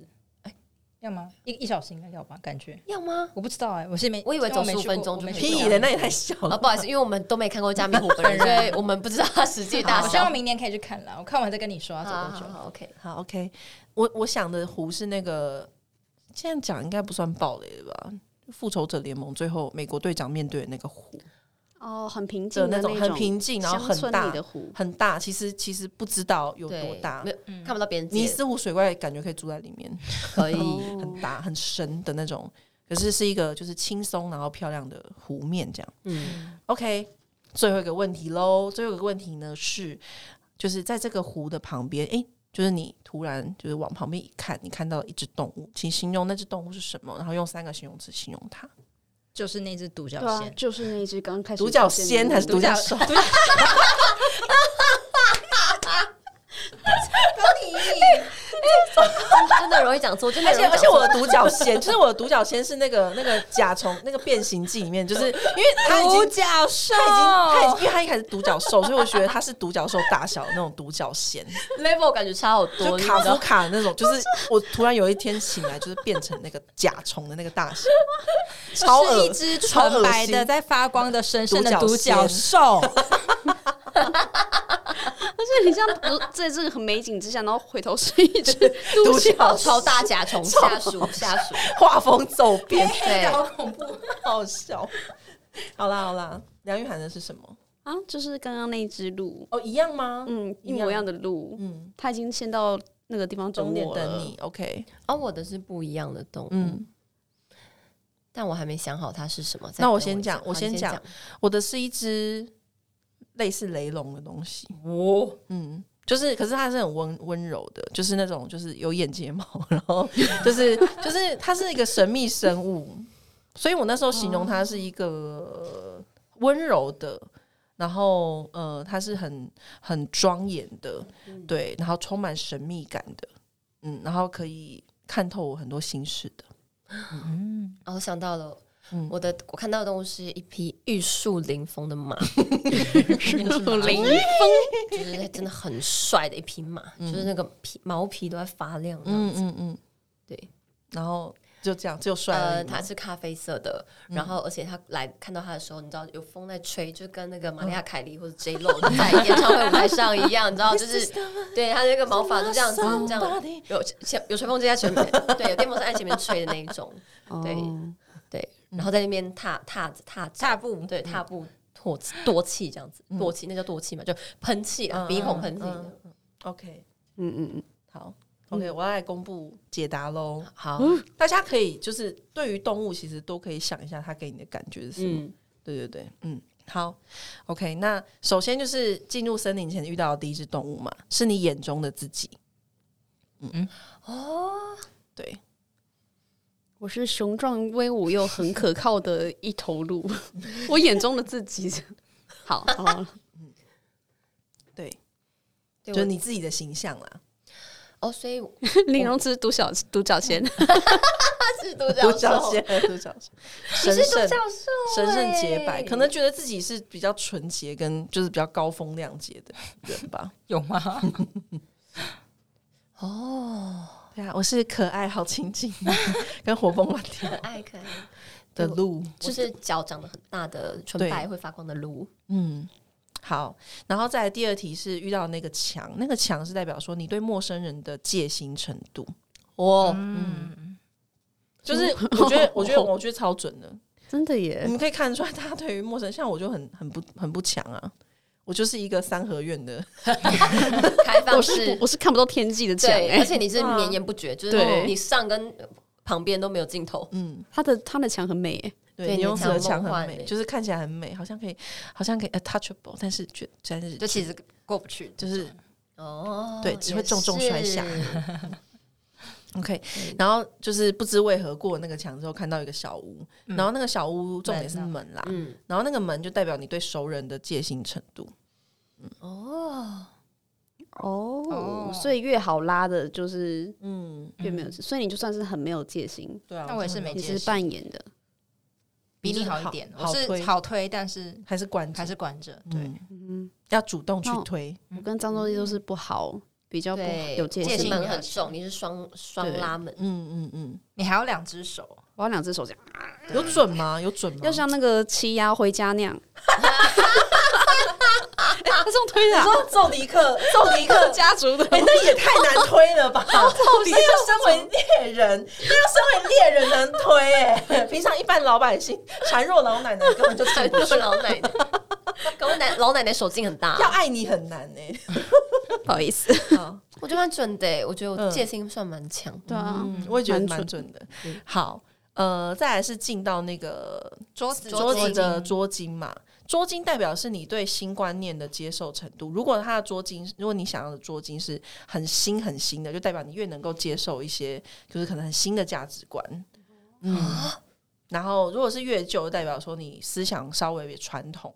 [SPEAKER 3] 哎，要吗？一一小时应该要吧？感觉
[SPEAKER 1] 要吗？
[SPEAKER 3] 我不知道哎，我是没，
[SPEAKER 1] 我以为
[SPEAKER 3] 因我没
[SPEAKER 1] 走15
[SPEAKER 3] 去过
[SPEAKER 1] 分钟
[SPEAKER 3] 我
[SPEAKER 1] 就
[SPEAKER 3] 没
[SPEAKER 1] 可以
[SPEAKER 3] 去过
[SPEAKER 2] 屁的，那也太小
[SPEAKER 1] 啊，
[SPEAKER 2] 了。
[SPEAKER 1] 不好意思，因为我们都没看过嘉明湖
[SPEAKER 2] *laughs*
[SPEAKER 1] 本人，所以我们不知道它实际大
[SPEAKER 3] 我希
[SPEAKER 1] 小
[SPEAKER 3] 望。明年可以去看啦，我看完再跟你说要啊走
[SPEAKER 1] 好
[SPEAKER 3] 多
[SPEAKER 1] 好
[SPEAKER 3] 久。
[SPEAKER 1] 好，OK，
[SPEAKER 2] 好，OK，我我想的湖是那个，这样讲应该不算暴雷了吧？复仇者联盟最后美国队长面对的那个湖
[SPEAKER 4] 哦，很平
[SPEAKER 2] 的
[SPEAKER 4] 静
[SPEAKER 2] 那
[SPEAKER 4] 的
[SPEAKER 2] 种，很平静，然后
[SPEAKER 4] 乡
[SPEAKER 2] 很
[SPEAKER 4] 村
[SPEAKER 2] 大
[SPEAKER 4] 里的湖，
[SPEAKER 2] 很大，其实其实不知道有多
[SPEAKER 1] 对，
[SPEAKER 2] 大
[SPEAKER 1] 没。有
[SPEAKER 3] 嗯
[SPEAKER 1] 看不到边
[SPEAKER 2] 尼
[SPEAKER 1] 界，
[SPEAKER 2] 斯湖水怪感觉可以住在里面，
[SPEAKER 1] 可以
[SPEAKER 4] 哦
[SPEAKER 2] 很大很深的那种，可是是一个就是轻松然后漂亮的湖面这样。
[SPEAKER 1] 嗯，
[SPEAKER 2] OK，最后一个问题喽。最后一个问题呢是，就是在这个湖的旁边，诶，就是你突然就是往旁边一看，你看到了一只动物，请形容那只动物是什么，然后用三个形容词形容它。
[SPEAKER 3] 就是那只独角
[SPEAKER 4] 对啊
[SPEAKER 3] 仙，，
[SPEAKER 4] 就是那只刚开始
[SPEAKER 2] 独角
[SPEAKER 4] 出
[SPEAKER 2] 仙
[SPEAKER 4] 现的
[SPEAKER 2] 还是
[SPEAKER 4] 那个
[SPEAKER 2] 独角兽？
[SPEAKER 1] 真的容易讲错，真的
[SPEAKER 2] 而
[SPEAKER 1] 容
[SPEAKER 2] 且
[SPEAKER 1] 易
[SPEAKER 2] 而
[SPEAKER 1] 讲
[SPEAKER 2] 且
[SPEAKER 1] 错。
[SPEAKER 2] 我的独角仙，就是我的独角仙是那个那个甲虫那个变形记里面，就是因为它已经
[SPEAKER 3] 角兽
[SPEAKER 2] 它已经它已经因为它一开始独角兽，所以我觉得它是独角兽大小的那种独角仙。
[SPEAKER 1] level 感觉差好
[SPEAKER 2] 就
[SPEAKER 1] 多，你知
[SPEAKER 2] 卡夫
[SPEAKER 1] 道
[SPEAKER 2] 卡那种，就是我突然有一天醒来，就是变成那个甲虫的那个大小，超
[SPEAKER 3] 是一
[SPEAKER 2] 恶
[SPEAKER 3] 只
[SPEAKER 2] 超
[SPEAKER 3] 纯
[SPEAKER 2] 恶
[SPEAKER 3] 白的
[SPEAKER 2] 心
[SPEAKER 3] 在发光的神圣的
[SPEAKER 2] 独
[SPEAKER 3] 独
[SPEAKER 2] 角 *laughs*
[SPEAKER 3] 角兽，
[SPEAKER 4] 而且你像独在这个很美景之下，然后回头是一只
[SPEAKER 2] *laughs* 独角
[SPEAKER 1] 超
[SPEAKER 2] 兽
[SPEAKER 1] 大甲虫下属下
[SPEAKER 2] *laughs*
[SPEAKER 1] 属，
[SPEAKER 2] 画风骤变，
[SPEAKER 1] 对，
[SPEAKER 3] 恐怖。
[SPEAKER 2] *laughs* 好笑。好啦好啦，梁玉涵的是什么？
[SPEAKER 4] 啊，就是刚刚那只鹿，
[SPEAKER 2] 哦，一样吗？
[SPEAKER 4] 嗯，一模一样的鹿，
[SPEAKER 2] 嗯，
[SPEAKER 4] 它已经先到那个地方等
[SPEAKER 2] 终点
[SPEAKER 4] 我
[SPEAKER 2] 等
[SPEAKER 4] 了。
[SPEAKER 2] 你，OK。
[SPEAKER 1] 啊，我的是不一样的动物，
[SPEAKER 2] 嗯，
[SPEAKER 1] 但我还没想好它是什么。再
[SPEAKER 2] 那我
[SPEAKER 1] 等
[SPEAKER 2] 先
[SPEAKER 1] 一下
[SPEAKER 2] 讲
[SPEAKER 1] 好
[SPEAKER 2] 我
[SPEAKER 1] 你
[SPEAKER 2] 先讲
[SPEAKER 1] 讲，
[SPEAKER 2] 我的是一只类似雷龙的东西，
[SPEAKER 3] 哦，
[SPEAKER 2] 嗯。就是，可是它是很温温柔的，就是那种就是有眼睫毛，然后 *laughs* 就是就是它是一个神秘生物，所以我那时候形容它是一个温柔的，然后呃，它是很很庄严的，对，然后充满神秘感的，嗯，然后可以看透我很多心事的，
[SPEAKER 3] 嗯，
[SPEAKER 1] 哦，我想到了。
[SPEAKER 2] 嗯
[SPEAKER 1] 我的我看到的动物是一匹玉树临风的马，
[SPEAKER 3] 灵
[SPEAKER 1] 就是真的很帅的一匹马，就是那个皮毛皮都在发亮。嗯，
[SPEAKER 2] 嗯嗯嗯，
[SPEAKER 1] 对，
[SPEAKER 2] 然后就这样，只有帅而
[SPEAKER 1] 呃，
[SPEAKER 2] 已
[SPEAKER 1] 它
[SPEAKER 2] 嘛。
[SPEAKER 1] 是咖啡色的，
[SPEAKER 2] 嗯
[SPEAKER 1] 然后而且它来看到它的时候，你知道有风在吹，就跟那个玛利亚凯莉或者 J Lo
[SPEAKER 2] *laughs*
[SPEAKER 1] 在演唱会舞台上一样，你知道，就是对它那个毛发就这样子这样。
[SPEAKER 2] Somebody
[SPEAKER 1] 有前有吹风机在
[SPEAKER 2] *laughs*
[SPEAKER 1] 前面，对，有电风扇在前面吹的那一种，对
[SPEAKER 4] 哦
[SPEAKER 1] 对，
[SPEAKER 2] 嗯
[SPEAKER 1] 然后在那边踏踏踏
[SPEAKER 3] 踏
[SPEAKER 1] 踏，
[SPEAKER 3] 步，
[SPEAKER 1] 对，踏步唾气唾气这样子，唾气那叫唾气嘛，就喷气啊，
[SPEAKER 2] 嗯
[SPEAKER 1] 鼻孔喷气
[SPEAKER 2] 嗯嗯嗯 OK，
[SPEAKER 4] 嗯嗯嗯，
[SPEAKER 2] 好 OK，我要来公布解答喽。
[SPEAKER 1] 好，
[SPEAKER 2] 大家可以就是对于动物，其实都可以想一下它给你的感觉是什么。
[SPEAKER 4] 嗯，
[SPEAKER 2] 对对对，嗯，好，OK。那首先就是进入森林前遇到的第一只动物嘛，是你眼中的自己。嗯
[SPEAKER 3] 嗯，
[SPEAKER 2] 哦，对，
[SPEAKER 4] 我是雄壮威武又很可靠的一头 *laughs* 鹿，我眼中的自己。好， *laughs* 好了，
[SPEAKER 2] 对，
[SPEAKER 1] 对
[SPEAKER 2] 就是
[SPEAKER 1] 我
[SPEAKER 2] 你自己的形
[SPEAKER 1] *laughs*
[SPEAKER 2] 象啦。
[SPEAKER 1] 哦，所以我
[SPEAKER 4] 玲珑只是独角独角仙，
[SPEAKER 1] *laughs* 是独角
[SPEAKER 2] 独角
[SPEAKER 1] 兽，
[SPEAKER 2] 仙， *laughs* 独角仙，
[SPEAKER 1] 你
[SPEAKER 2] 神
[SPEAKER 1] 是独
[SPEAKER 2] 圣
[SPEAKER 1] 角兽，
[SPEAKER 2] 神圣洁
[SPEAKER 1] 欸
[SPEAKER 2] 白，可能觉得自己是比较纯洁跟就是比较高风亮节的人吧。
[SPEAKER 3] 有吗？
[SPEAKER 1] 哦，
[SPEAKER 2] 对啊，我是可爱、好亲近 *laughs* 跟活蹦乱跳
[SPEAKER 1] 可爱可爱，
[SPEAKER 2] 的
[SPEAKER 1] 对
[SPEAKER 2] 鹿。
[SPEAKER 1] 就是脚长得很大的纯白会发光的鹿，
[SPEAKER 2] 嗯，好，然后再来第二题是遇到那个墙，那个墙是代表说你对陌生人的戒心程度。哦，
[SPEAKER 3] 嗯，
[SPEAKER 2] 就是我觉
[SPEAKER 1] *laughs*
[SPEAKER 2] 得，我觉得，我觉得超准的。
[SPEAKER 4] 真的
[SPEAKER 2] 你
[SPEAKER 4] 耶！
[SPEAKER 2] 们可以看得出来，他对于陌生 *laughs* 人，像我就很很不很不强啊，我就是一个三合院的，
[SPEAKER 1] 开
[SPEAKER 2] *laughs*
[SPEAKER 4] 我
[SPEAKER 1] 放
[SPEAKER 4] 是
[SPEAKER 1] 式，
[SPEAKER 4] 我是看不到天际的墙
[SPEAKER 1] 对，而
[SPEAKER 4] 哎，
[SPEAKER 1] 且你是
[SPEAKER 2] 哇
[SPEAKER 1] 绵延不绝，就
[SPEAKER 4] 对
[SPEAKER 1] 是你上跟旁边都没有尽头。
[SPEAKER 2] 嗯，
[SPEAKER 4] 他的他的墙很美哎，
[SPEAKER 2] 对，
[SPEAKER 1] 对
[SPEAKER 2] 你
[SPEAKER 1] 你
[SPEAKER 2] 用
[SPEAKER 1] 讲
[SPEAKER 2] 的墙
[SPEAKER 1] 梦
[SPEAKER 2] 很
[SPEAKER 1] 幻
[SPEAKER 2] 美，
[SPEAKER 1] 欸
[SPEAKER 2] 就是看起来很美，好像可以，好像可以 attachable，但是却但是
[SPEAKER 1] 就其实过不去
[SPEAKER 2] 就是
[SPEAKER 1] 哦，
[SPEAKER 2] 对只会重重摔下
[SPEAKER 1] 也是
[SPEAKER 2] *laughs* OK，然后就是不知为何过那个墙之后，看到一个小屋，
[SPEAKER 3] 嗯
[SPEAKER 2] 然后那个小屋重点是
[SPEAKER 3] 门
[SPEAKER 2] 门啦，啊
[SPEAKER 1] 嗯，
[SPEAKER 2] 然后那个门就代表你对熟人的戒心程度。
[SPEAKER 1] 哦，
[SPEAKER 4] 哦
[SPEAKER 3] 哦，
[SPEAKER 4] 所以越好拉的就是
[SPEAKER 2] 嗯，
[SPEAKER 4] 越没有，所以你就算是很没有戒心，
[SPEAKER 2] 对啊
[SPEAKER 3] 那我也是没
[SPEAKER 4] 你
[SPEAKER 3] 戒
[SPEAKER 4] 是
[SPEAKER 3] 心
[SPEAKER 4] 扮演的，
[SPEAKER 3] 比你好一点。
[SPEAKER 2] 好
[SPEAKER 3] 我是
[SPEAKER 2] 推
[SPEAKER 3] 好推，但是
[SPEAKER 2] 还是关
[SPEAKER 3] 还是管着。
[SPEAKER 2] 对、
[SPEAKER 3] 对，
[SPEAKER 4] 嗯，
[SPEAKER 2] 要主动去
[SPEAKER 4] 那我
[SPEAKER 2] 推。
[SPEAKER 4] 我跟张周丽都是不好，比较不好
[SPEAKER 1] 对，
[SPEAKER 4] 有嗯戒
[SPEAKER 2] 啊
[SPEAKER 1] 戒
[SPEAKER 4] 心
[SPEAKER 1] 心
[SPEAKER 3] 感
[SPEAKER 1] 门很重，你是双双
[SPEAKER 2] 对
[SPEAKER 1] 拉门，
[SPEAKER 2] 嗯嗯嗯，
[SPEAKER 3] 你还有两只手，
[SPEAKER 4] 我要两只手这样，
[SPEAKER 2] 有准吗？有准吗？
[SPEAKER 4] 要像那个欺压回家那样。他这种推的、啊，
[SPEAKER 2] 揍迪克，揍
[SPEAKER 3] *laughs*
[SPEAKER 2] 迪克
[SPEAKER 4] 家族的，
[SPEAKER 2] 哎、那也太难推了 *laughs* 吧！那要身为猎人，那要身为猎人能推哎、 *laughs* 平常一般老百姓、孱弱老奶奶根本就推不
[SPEAKER 1] *laughs* 就
[SPEAKER 2] 出
[SPEAKER 1] 是老
[SPEAKER 2] *laughs*
[SPEAKER 1] 奶奶，跟我奶老奶奶手劲很大
[SPEAKER 2] 要，爱你很难哎、
[SPEAKER 4] 不好意思。
[SPEAKER 2] 好，
[SPEAKER 1] 我觉得蛮准的欸，我觉得
[SPEAKER 2] 嗯
[SPEAKER 1] 我戒心算蛮强的，
[SPEAKER 4] 对啊，
[SPEAKER 2] 嗯，我也觉得蛮
[SPEAKER 4] 蛮
[SPEAKER 2] 准的。好，呃，再来是进到那个
[SPEAKER 3] 桌子
[SPEAKER 2] 桌子
[SPEAKER 1] 巾
[SPEAKER 2] 的桌巾嘛，桌巾代表是你对新观念的接受程度。如果他的桌巾，如果你想要的桌巾是很新很新的，就代表你越能够接受一些就是可能很新的价值观。嗯，然后如果是越旧，就代表说你思想稍微也传统。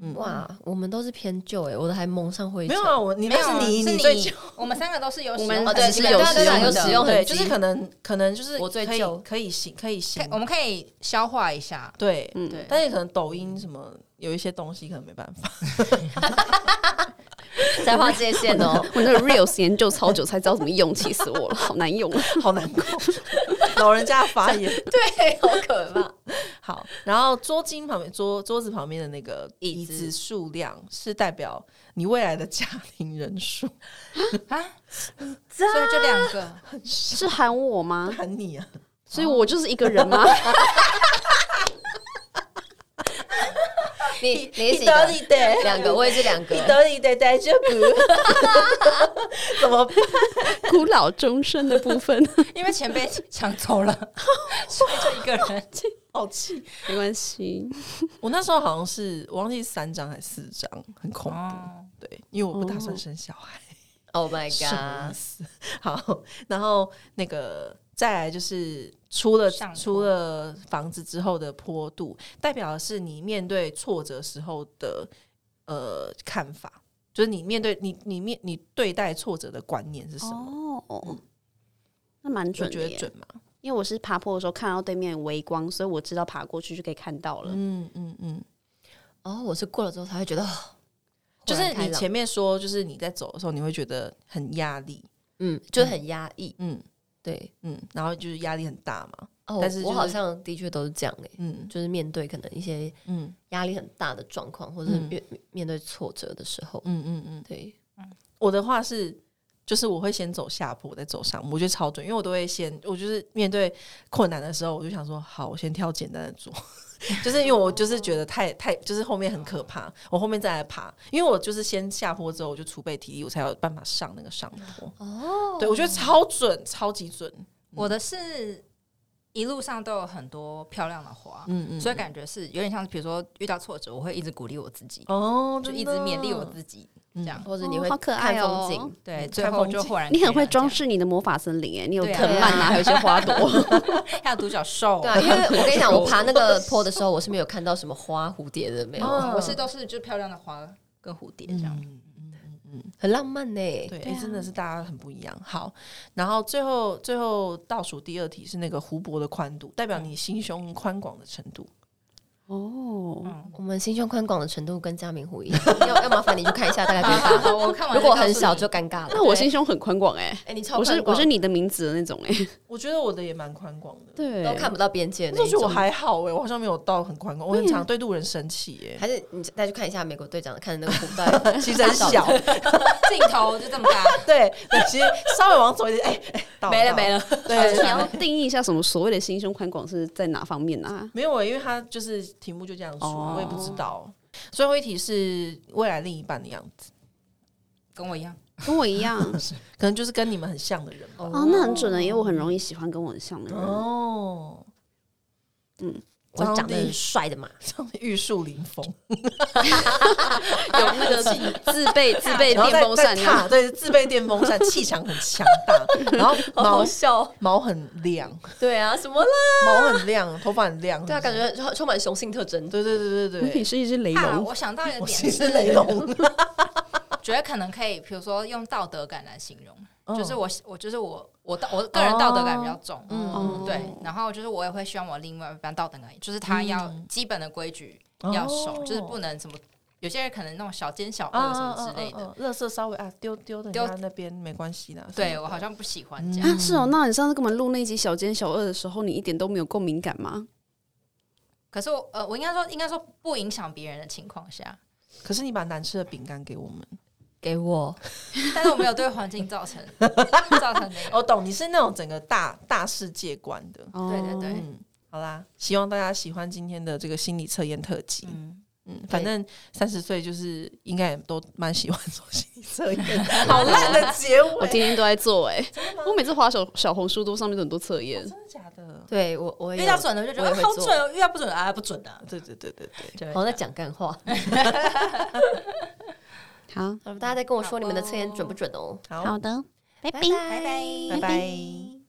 [SPEAKER 2] 嗯，
[SPEAKER 1] 哇，我们都是偏旧哎，我的还蒙上灰
[SPEAKER 2] 没
[SPEAKER 1] 尘
[SPEAKER 2] 有，啊，我你
[SPEAKER 3] 没有
[SPEAKER 2] 那是你
[SPEAKER 3] 是
[SPEAKER 2] 你最
[SPEAKER 3] 你
[SPEAKER 2] 旧。
[SPEAKER 3] 我们三个都是有使
[SPEAKER 4] 我
[SPEAKER 3] 用
[SPEAKER 4] 们
[SPEAKER 3] 痕迹的，
[SPEAKER 1] 哦对是有
[SPEAKER 3] 对对啊
[SPEAKER 1] 使用痕
[SPEAKER 3] 对
[SPEAKER 1] 迹
[SPEAKER 3] 对
[SPEAKER 1] 有
[SPEAKER 2] 对，
[SPEAKER 1] 痕
[SPEAKER 2] 就
[SPEAKER 1] 迹
[SPEAKER 2] 是可能可能就是
[SPEAKER 1] 我最
[SPEAKER 2] 可以
[SPEAKER 1] 旧
[SPEAKER 2] 可以行可以行
[SPEAKER 3] 可以，我们可以消化一下。
[SPEAKER 2] 对，
[SPEAKER 4] 嗯，
[SPEAKER 3] 对
[SPEAKER 2] 但是可能抖音什么有一些东西可能没办法。 *laughs*
[SPEAKER 1] 在画界限 *laughs* 哦。
[SPEAKER 4] *laughs* 我那个 reels 研究超久才知道怎么用，气死我了， *laughs* 好难用。啊
[SPEAKER 2] 好难过， *laughs* 老人家的发言。
[SPEAKER 1] 对，好可怕。
[SPEAKER 2] 好，然后桌巾旁边桌桌子旁边的那个椅
[SPEAKER 1] 椅子
[SPEAKER 2] 子数量是代表你未来的家庭人数，
[SPEAKER 3] 啊，所以就两个，
[SPEAKER 4] 是喊我吗？
[SPEAKER 2] *laughs*
[SPEAKER 4] 哦
[SPEAKER 2] 喊你啊，
[SPEAKER 4] 所以我就是一个人吗？ *laughs*
[SPEAKER 1] 你你
[SPEAKER 2] 你
[SPEAKER 1] 几
[SPEAKER 2] 得
[SPEAKER 1] 个？
[SPEAKER 2] 你得
[SPEAKER 1] 两个，我也是两
[SPEAKER 2] 你
[SPEAKER 1] 个。
[SPEAKER 2] 得你得在这个， *laughs* 怎么办？
[SPEAKER 4] 古老终身的部分 *laughs*
[SPEAKER 3] 因为钱被抢走了，所以就一个人。
[SPEAKER 2] 好气！
[SPEAKER 4] 没关系，
[SPEAKER 2] 我那时候好像是我忘记三张还是四张，很恐怖。
[SPEAKER 3] 哦，
[SPEAKER 2] 对，因为我不打算生小孩。
[SPEAKER 1] Oh my
[SPEAKER 2] 什么意
[SPEAKER 1] god！
[SPEAKER 2] 思？ *laughs* 好，然后那个再来就是出了
[SPEAKER 3] 上坡
[SPEAKER 2] 出了房子之后的坡度，代表的是你面对挫折时候的呃看法，就是你面对你你面你对待挫折的观念是什么？
[SPEAKER 4] 哦，那蛮
[SPEAKER 2] 我
[SPEAKER 4] 准
[SPEAKER 2] 觉
[SPEAKER 4] 的
[SPEAKER 2] 得
[SPEAKER 4] 耶。
[SPEAKER 2] 准吗？
[SPEAKER 4] 因为我是爬坡的时候看到对面微光，所以我知道爬过去就可以看到了。
[SPEAKER 2] 嗯嗯嗯，
[SPEAKER 1] 哦，我是过了之后才会觉得，哦
[SPEAKER 2] 就是
[SPEAKER 1] 豁然开
[SPEAKER 2] 你
[SPEAKER 1] 朗
[SPEAKER 2] 前面说，就是你在走的时候，你会觉得很压力，
[SPEAKER 1] 嗯，就很压抑。
[SPEAKER 2] 嗯
[SPEAKER 1] 对，
[SPEAKER 2] 嗯，然后就是压力很大嘛，
[SPEAKER 1] 哦，
[SPEAKER 2] 但是就是
[SPEAKER 1] 我好像的确都是这样哎，
[SPEAKER 2] 嗯
[SPEAKER 1] 就是面对可能一些
[SPEAKER 2] 嗯
[SPEAKER 1] 压力很大的状况，或者是
[SPEAKER 2] 嗯
[SPEAKER 1] 面面对挫折的时候，
[SPEAKER 2] 嗯嗯嗯，
[SPEAKER 1] 对，
[SPEAKER 2] 我的话是。就是我会先走下坡，再走上坡，我觉得超准，因为我都会先，我就是面对困难的时候，我就想说，好，我先挑简单的做， *laughs* 就是因为我就是觉得太太，就是后面很可怕，我后面再来爬，因为我就是先下坡之后，我就储备体力，我才有办法上那个上坡。哦，对，我觉得超准，超级准，
[SPEAKER 3] 我的是一路上都有很多漂亮的花，
[SPEAKER 2] 嗯嗯，
[SPEAKER 3] 所以感觉是有点像，比如说遇到挫折，我会一直鼓励我自己，
[SPEAKER 2] 哦，
[SPEAKER 3] 就
[SPEAKER 2] 真
[SPEAKER 3] 一直
[SPEAKER 2] 的
[SPEAKER 3] 勉励我自己，这样
[SPEAKER 1] 或者你会
[SPEAKER 4] 哦好可爱
[SPEAKER 1] 看
[SPEAKER 4] 哦
[SPEAKER 1] 风景，
[SPEAKER 3] 对，
[SPEAKER 2] 嗯
[SPEAKER 3] 最
[SPEAKER 2] 看
[SPEAKER 3] 后
[SPEAKER 2] 风
[SPEAKER 3] 就
[SPEAKER 2] 景
[SPEAKER 3] 豁然。
[SPEAKER 4] 你很会装，饰你的魔法森林哎，你有
[SPEAKER 3] 对啊
[SPEAKER 4] 藤蔓 *laughs* 啊，还有一些花朵，
[SPEAKER 3] 还有独角兽
[SPEAKER 1] 对、，啊，因为我跟你 *laughs* 讲，我爬那个坡的时候，我是没有看到什么花蝴蝶的，没有，
[SPEAKER 2] 哦
[SPEAKER 3] 我是都是就漂亮的花跟蝴蝶这样。
[SPEAKER 2] 嗯嗯嗯嗯。
[SPEAKER 1] 很浪漫欸呢、
[SPEAKER 2] 对，
[SPEAKER 4] 对
[SPEAKER 2] 哎真的
[SPEAKER 4] 啊
[SPEAKER 2] 是大家很不一样。好，然后最后最后倒数第二题是那个湖泊的宽度，代表你心胸宽广的程度。
[SPEAKER 4] 哦，
[SPEAKER 3] 嗯，
[SPEAKER 1] 我们心胸宽广的程度跟嘉明湖一样，要要麻烦你去看一下大概多
[SPEAKER 3] 好
[SPEAKER 1] 大。
[SPEAKER 3] 好，我看完
[SPEAKER 1] 如
[SPEAKER 3] 再
[SPEAKER 1] 果
[SPEAKER 3] 告诉
[SPEAKER 1] 很小
[SPEAKER 3] 你
[SPEAKER 1] 就尴尬了。
[SPEAKER 4] 那我心胸很宽广哎，
[SPEAKER 1] 哎、你超
[SPEAKER 4] 我是
[SPEAKER 1] 宽
[SPEAKER 4] 我
[SPEAKER 1] 广
[SPEAKER 4] 是你的名字的那种哎，
[SPEAKER 2] 我觉得我的也蛮宽广的，
[SPEAKER 4] 对
[SPEAKER 1] 都看不到边界
[SPEAKER 2] 但
[SPEAKER 1] 的
[SPEAKER 2] 是
[SPEAKER 1] 那一
[SPEAKER 2] 我觉得我
[SPEAKER 1] 种。
[SPEAKER 2] 还好哎、我好像没有到很宽广，我很常对路人生气耶、 *laughs*
[SPEAKER 1] 还是你再去看一下美国队长看的那 *laughs* 个湖带，
[SPEAKER 2] 其实很小，
[SPEAKER 3] 镜头就这么大，
[SPEAKER 2] *laughs* 对，对其实稍微往左一点，哎、哎到
[SPEAKER 1] 没了
[SPEAKER 2] 到
[SPEAKER 1] 没了。
[SPEAKER 2] 对，
[SPEAKER 4] 你要定义一下什么所谓的心胸宽广是在哪方面啊？
[SPEAKER 2] 没有欸，因为他就是题目就这样说，
[SPEAKER 4] 哦
[SPEAKER 2] 我也不知道。最后一题是未来另一半的样子，
[SPEAKER 3] 跟我一样。
[SPEAKER 4] 跟我一样
[SPEAKER 2] 可能就是跟你们很像的人吧。
[SPEAKER 1] 哦
[SPEAKER 4] 哦，那很准的，因为我很容易喜欢跟我很像的人。
[SPEAKER 2] 哦，
[SPEAKER 1] 我长得
[SPEAKER 2] 张力
[SPEAKER 1] 很帅 *laughs* 的嘛，
[SPEAKER 2] 这样玉树临风。
[SPEAKER 4] 有那个
[SPEAKER 1] *laughs*
[SPEAKER 4] 自备自备
[SPEAKER 2] 然后
[SPEAKER 4] 电
[SPEAKER 2] 再
[SPEAKER 4] 风扇
[SPEAKER 2] 再
[SPEAKER 4] 那
[SPEAKER 2] 踏，
[SPEAKER 4] 样，
[SPEAKER 2] 对，自备电风扇，气场很强大，然后毛
[SPEAKER 1] 笑。
[SPEAKER 2] 毛很亮，
[SPEAKER 1] 对啊，什么啦？
[SPEAKER 2] 毛很亮，头发很亮，
[SPEAKER 1] 对啊，感觉充充满雄性特征。
[SPEAKER 2] 对对对对
[SPEAKER 4] 你
[SPEAKER 2] 对，
[SPEAKER 4] 是一只雷
[SPEAKER 3] 啊，
[SPEAKER 4] 龙，
[SPEAKER 3] 我想到一个
[SPEAKER 2] 我
[SPEAKER 3] 点，
[SPEAKER 2] 其实雷龙，
[SPEAKER 3] 觉得可能可以，比如说用道德感来形容，
[SPEAKER 2] 嗯
[SPEAKER 3] 就是我我就是我我道我个人道德感比较重，
[SPEAKER 2] 嗯
[SPEAKER 4] 哦
[SPEAKER 3] 对，然后就是我也会希望我另外一半道德感，就是他要基本的规矩要守，
[SPEAKER 2] 嗯哦
[SPEAKER 3] 就是不能什么，有些人可能那种小奸小恶什么之类的，，
[SPEAKER 2] 垃圾稍微啊丢丢人
[SPEAKER 3] 丢
[SPEAKER 2] 家那边没关系的，
[SPEAKER 3] 对我好像不喜欢这
[SPEAKER 2] 嗯
[SPEAKER 3] 样，
[SPEAKER 4] 啊，是哦，那你上次跟我们录那集小奸小恶的时候，你一点都没有共鸣感吗？
[SPEAKER 3] 可是我呃，我应该说应该说不影响别人的情况下，
[SPEAKER 2] 可是你把难吃的饼干给我们，
[SPEAKER 1] 给我，
[SPEAKER 3] 但是我没有对环境造成 *laughs* 造成那
[SPEAKER 2] 我
[SPEAKER 3] 个，
[SPEAKER 2] 懂，你是那种整个大大世界观的，
[SPEAKER 3] 对对
[SPEAKER 4] 哦
[SPEAKER 3] 对
[SPEAKER 2] 嗯，好啦，希望大家喜欢今天的这个心理测验特辑。
[SPEAKER 3] 嗯，
[SPEAKER 2] 嗯，反
[SPEAKER 1] 对
[SPEAKER 2] 正三十岁就是应该也都蛮喜欢做心理测验的，好烂的结
[SPEAKER 4] 我
[SPEAKER 2] 尾，
[SPEAKER 4] 天天都在做哎、我每次滑小小红书都上面都很多测验，
[SPEAKER 2] 真的假的？
[SPEAKER 1] *laughs* 对我我也
[SPEAKER 3] 遇
[SPEAKER 1] 有
[SPEAKER 3] 到准的就觉得
[SPEAKER 1] 我也会
[SPEAKER 3] 啊好
[SPEAKER 1] 做
[SPEAKER 3] 准哦，遇到不准的啊不准的，
[SPEAKER 2] 对对对对对，
[SPEAKER 3] 对
[SPEAKER 1] 好像在讲干话。
[SPEAKER 4] 好
[SPEAKER 1] 大家再跟我说你们的测验准不准哦。
[SPEAKER 2] 好，
[SPEAKER 4] 的，拜
[SPEAKER 1] 拜拜
[SPEAKER 2] 拜拜。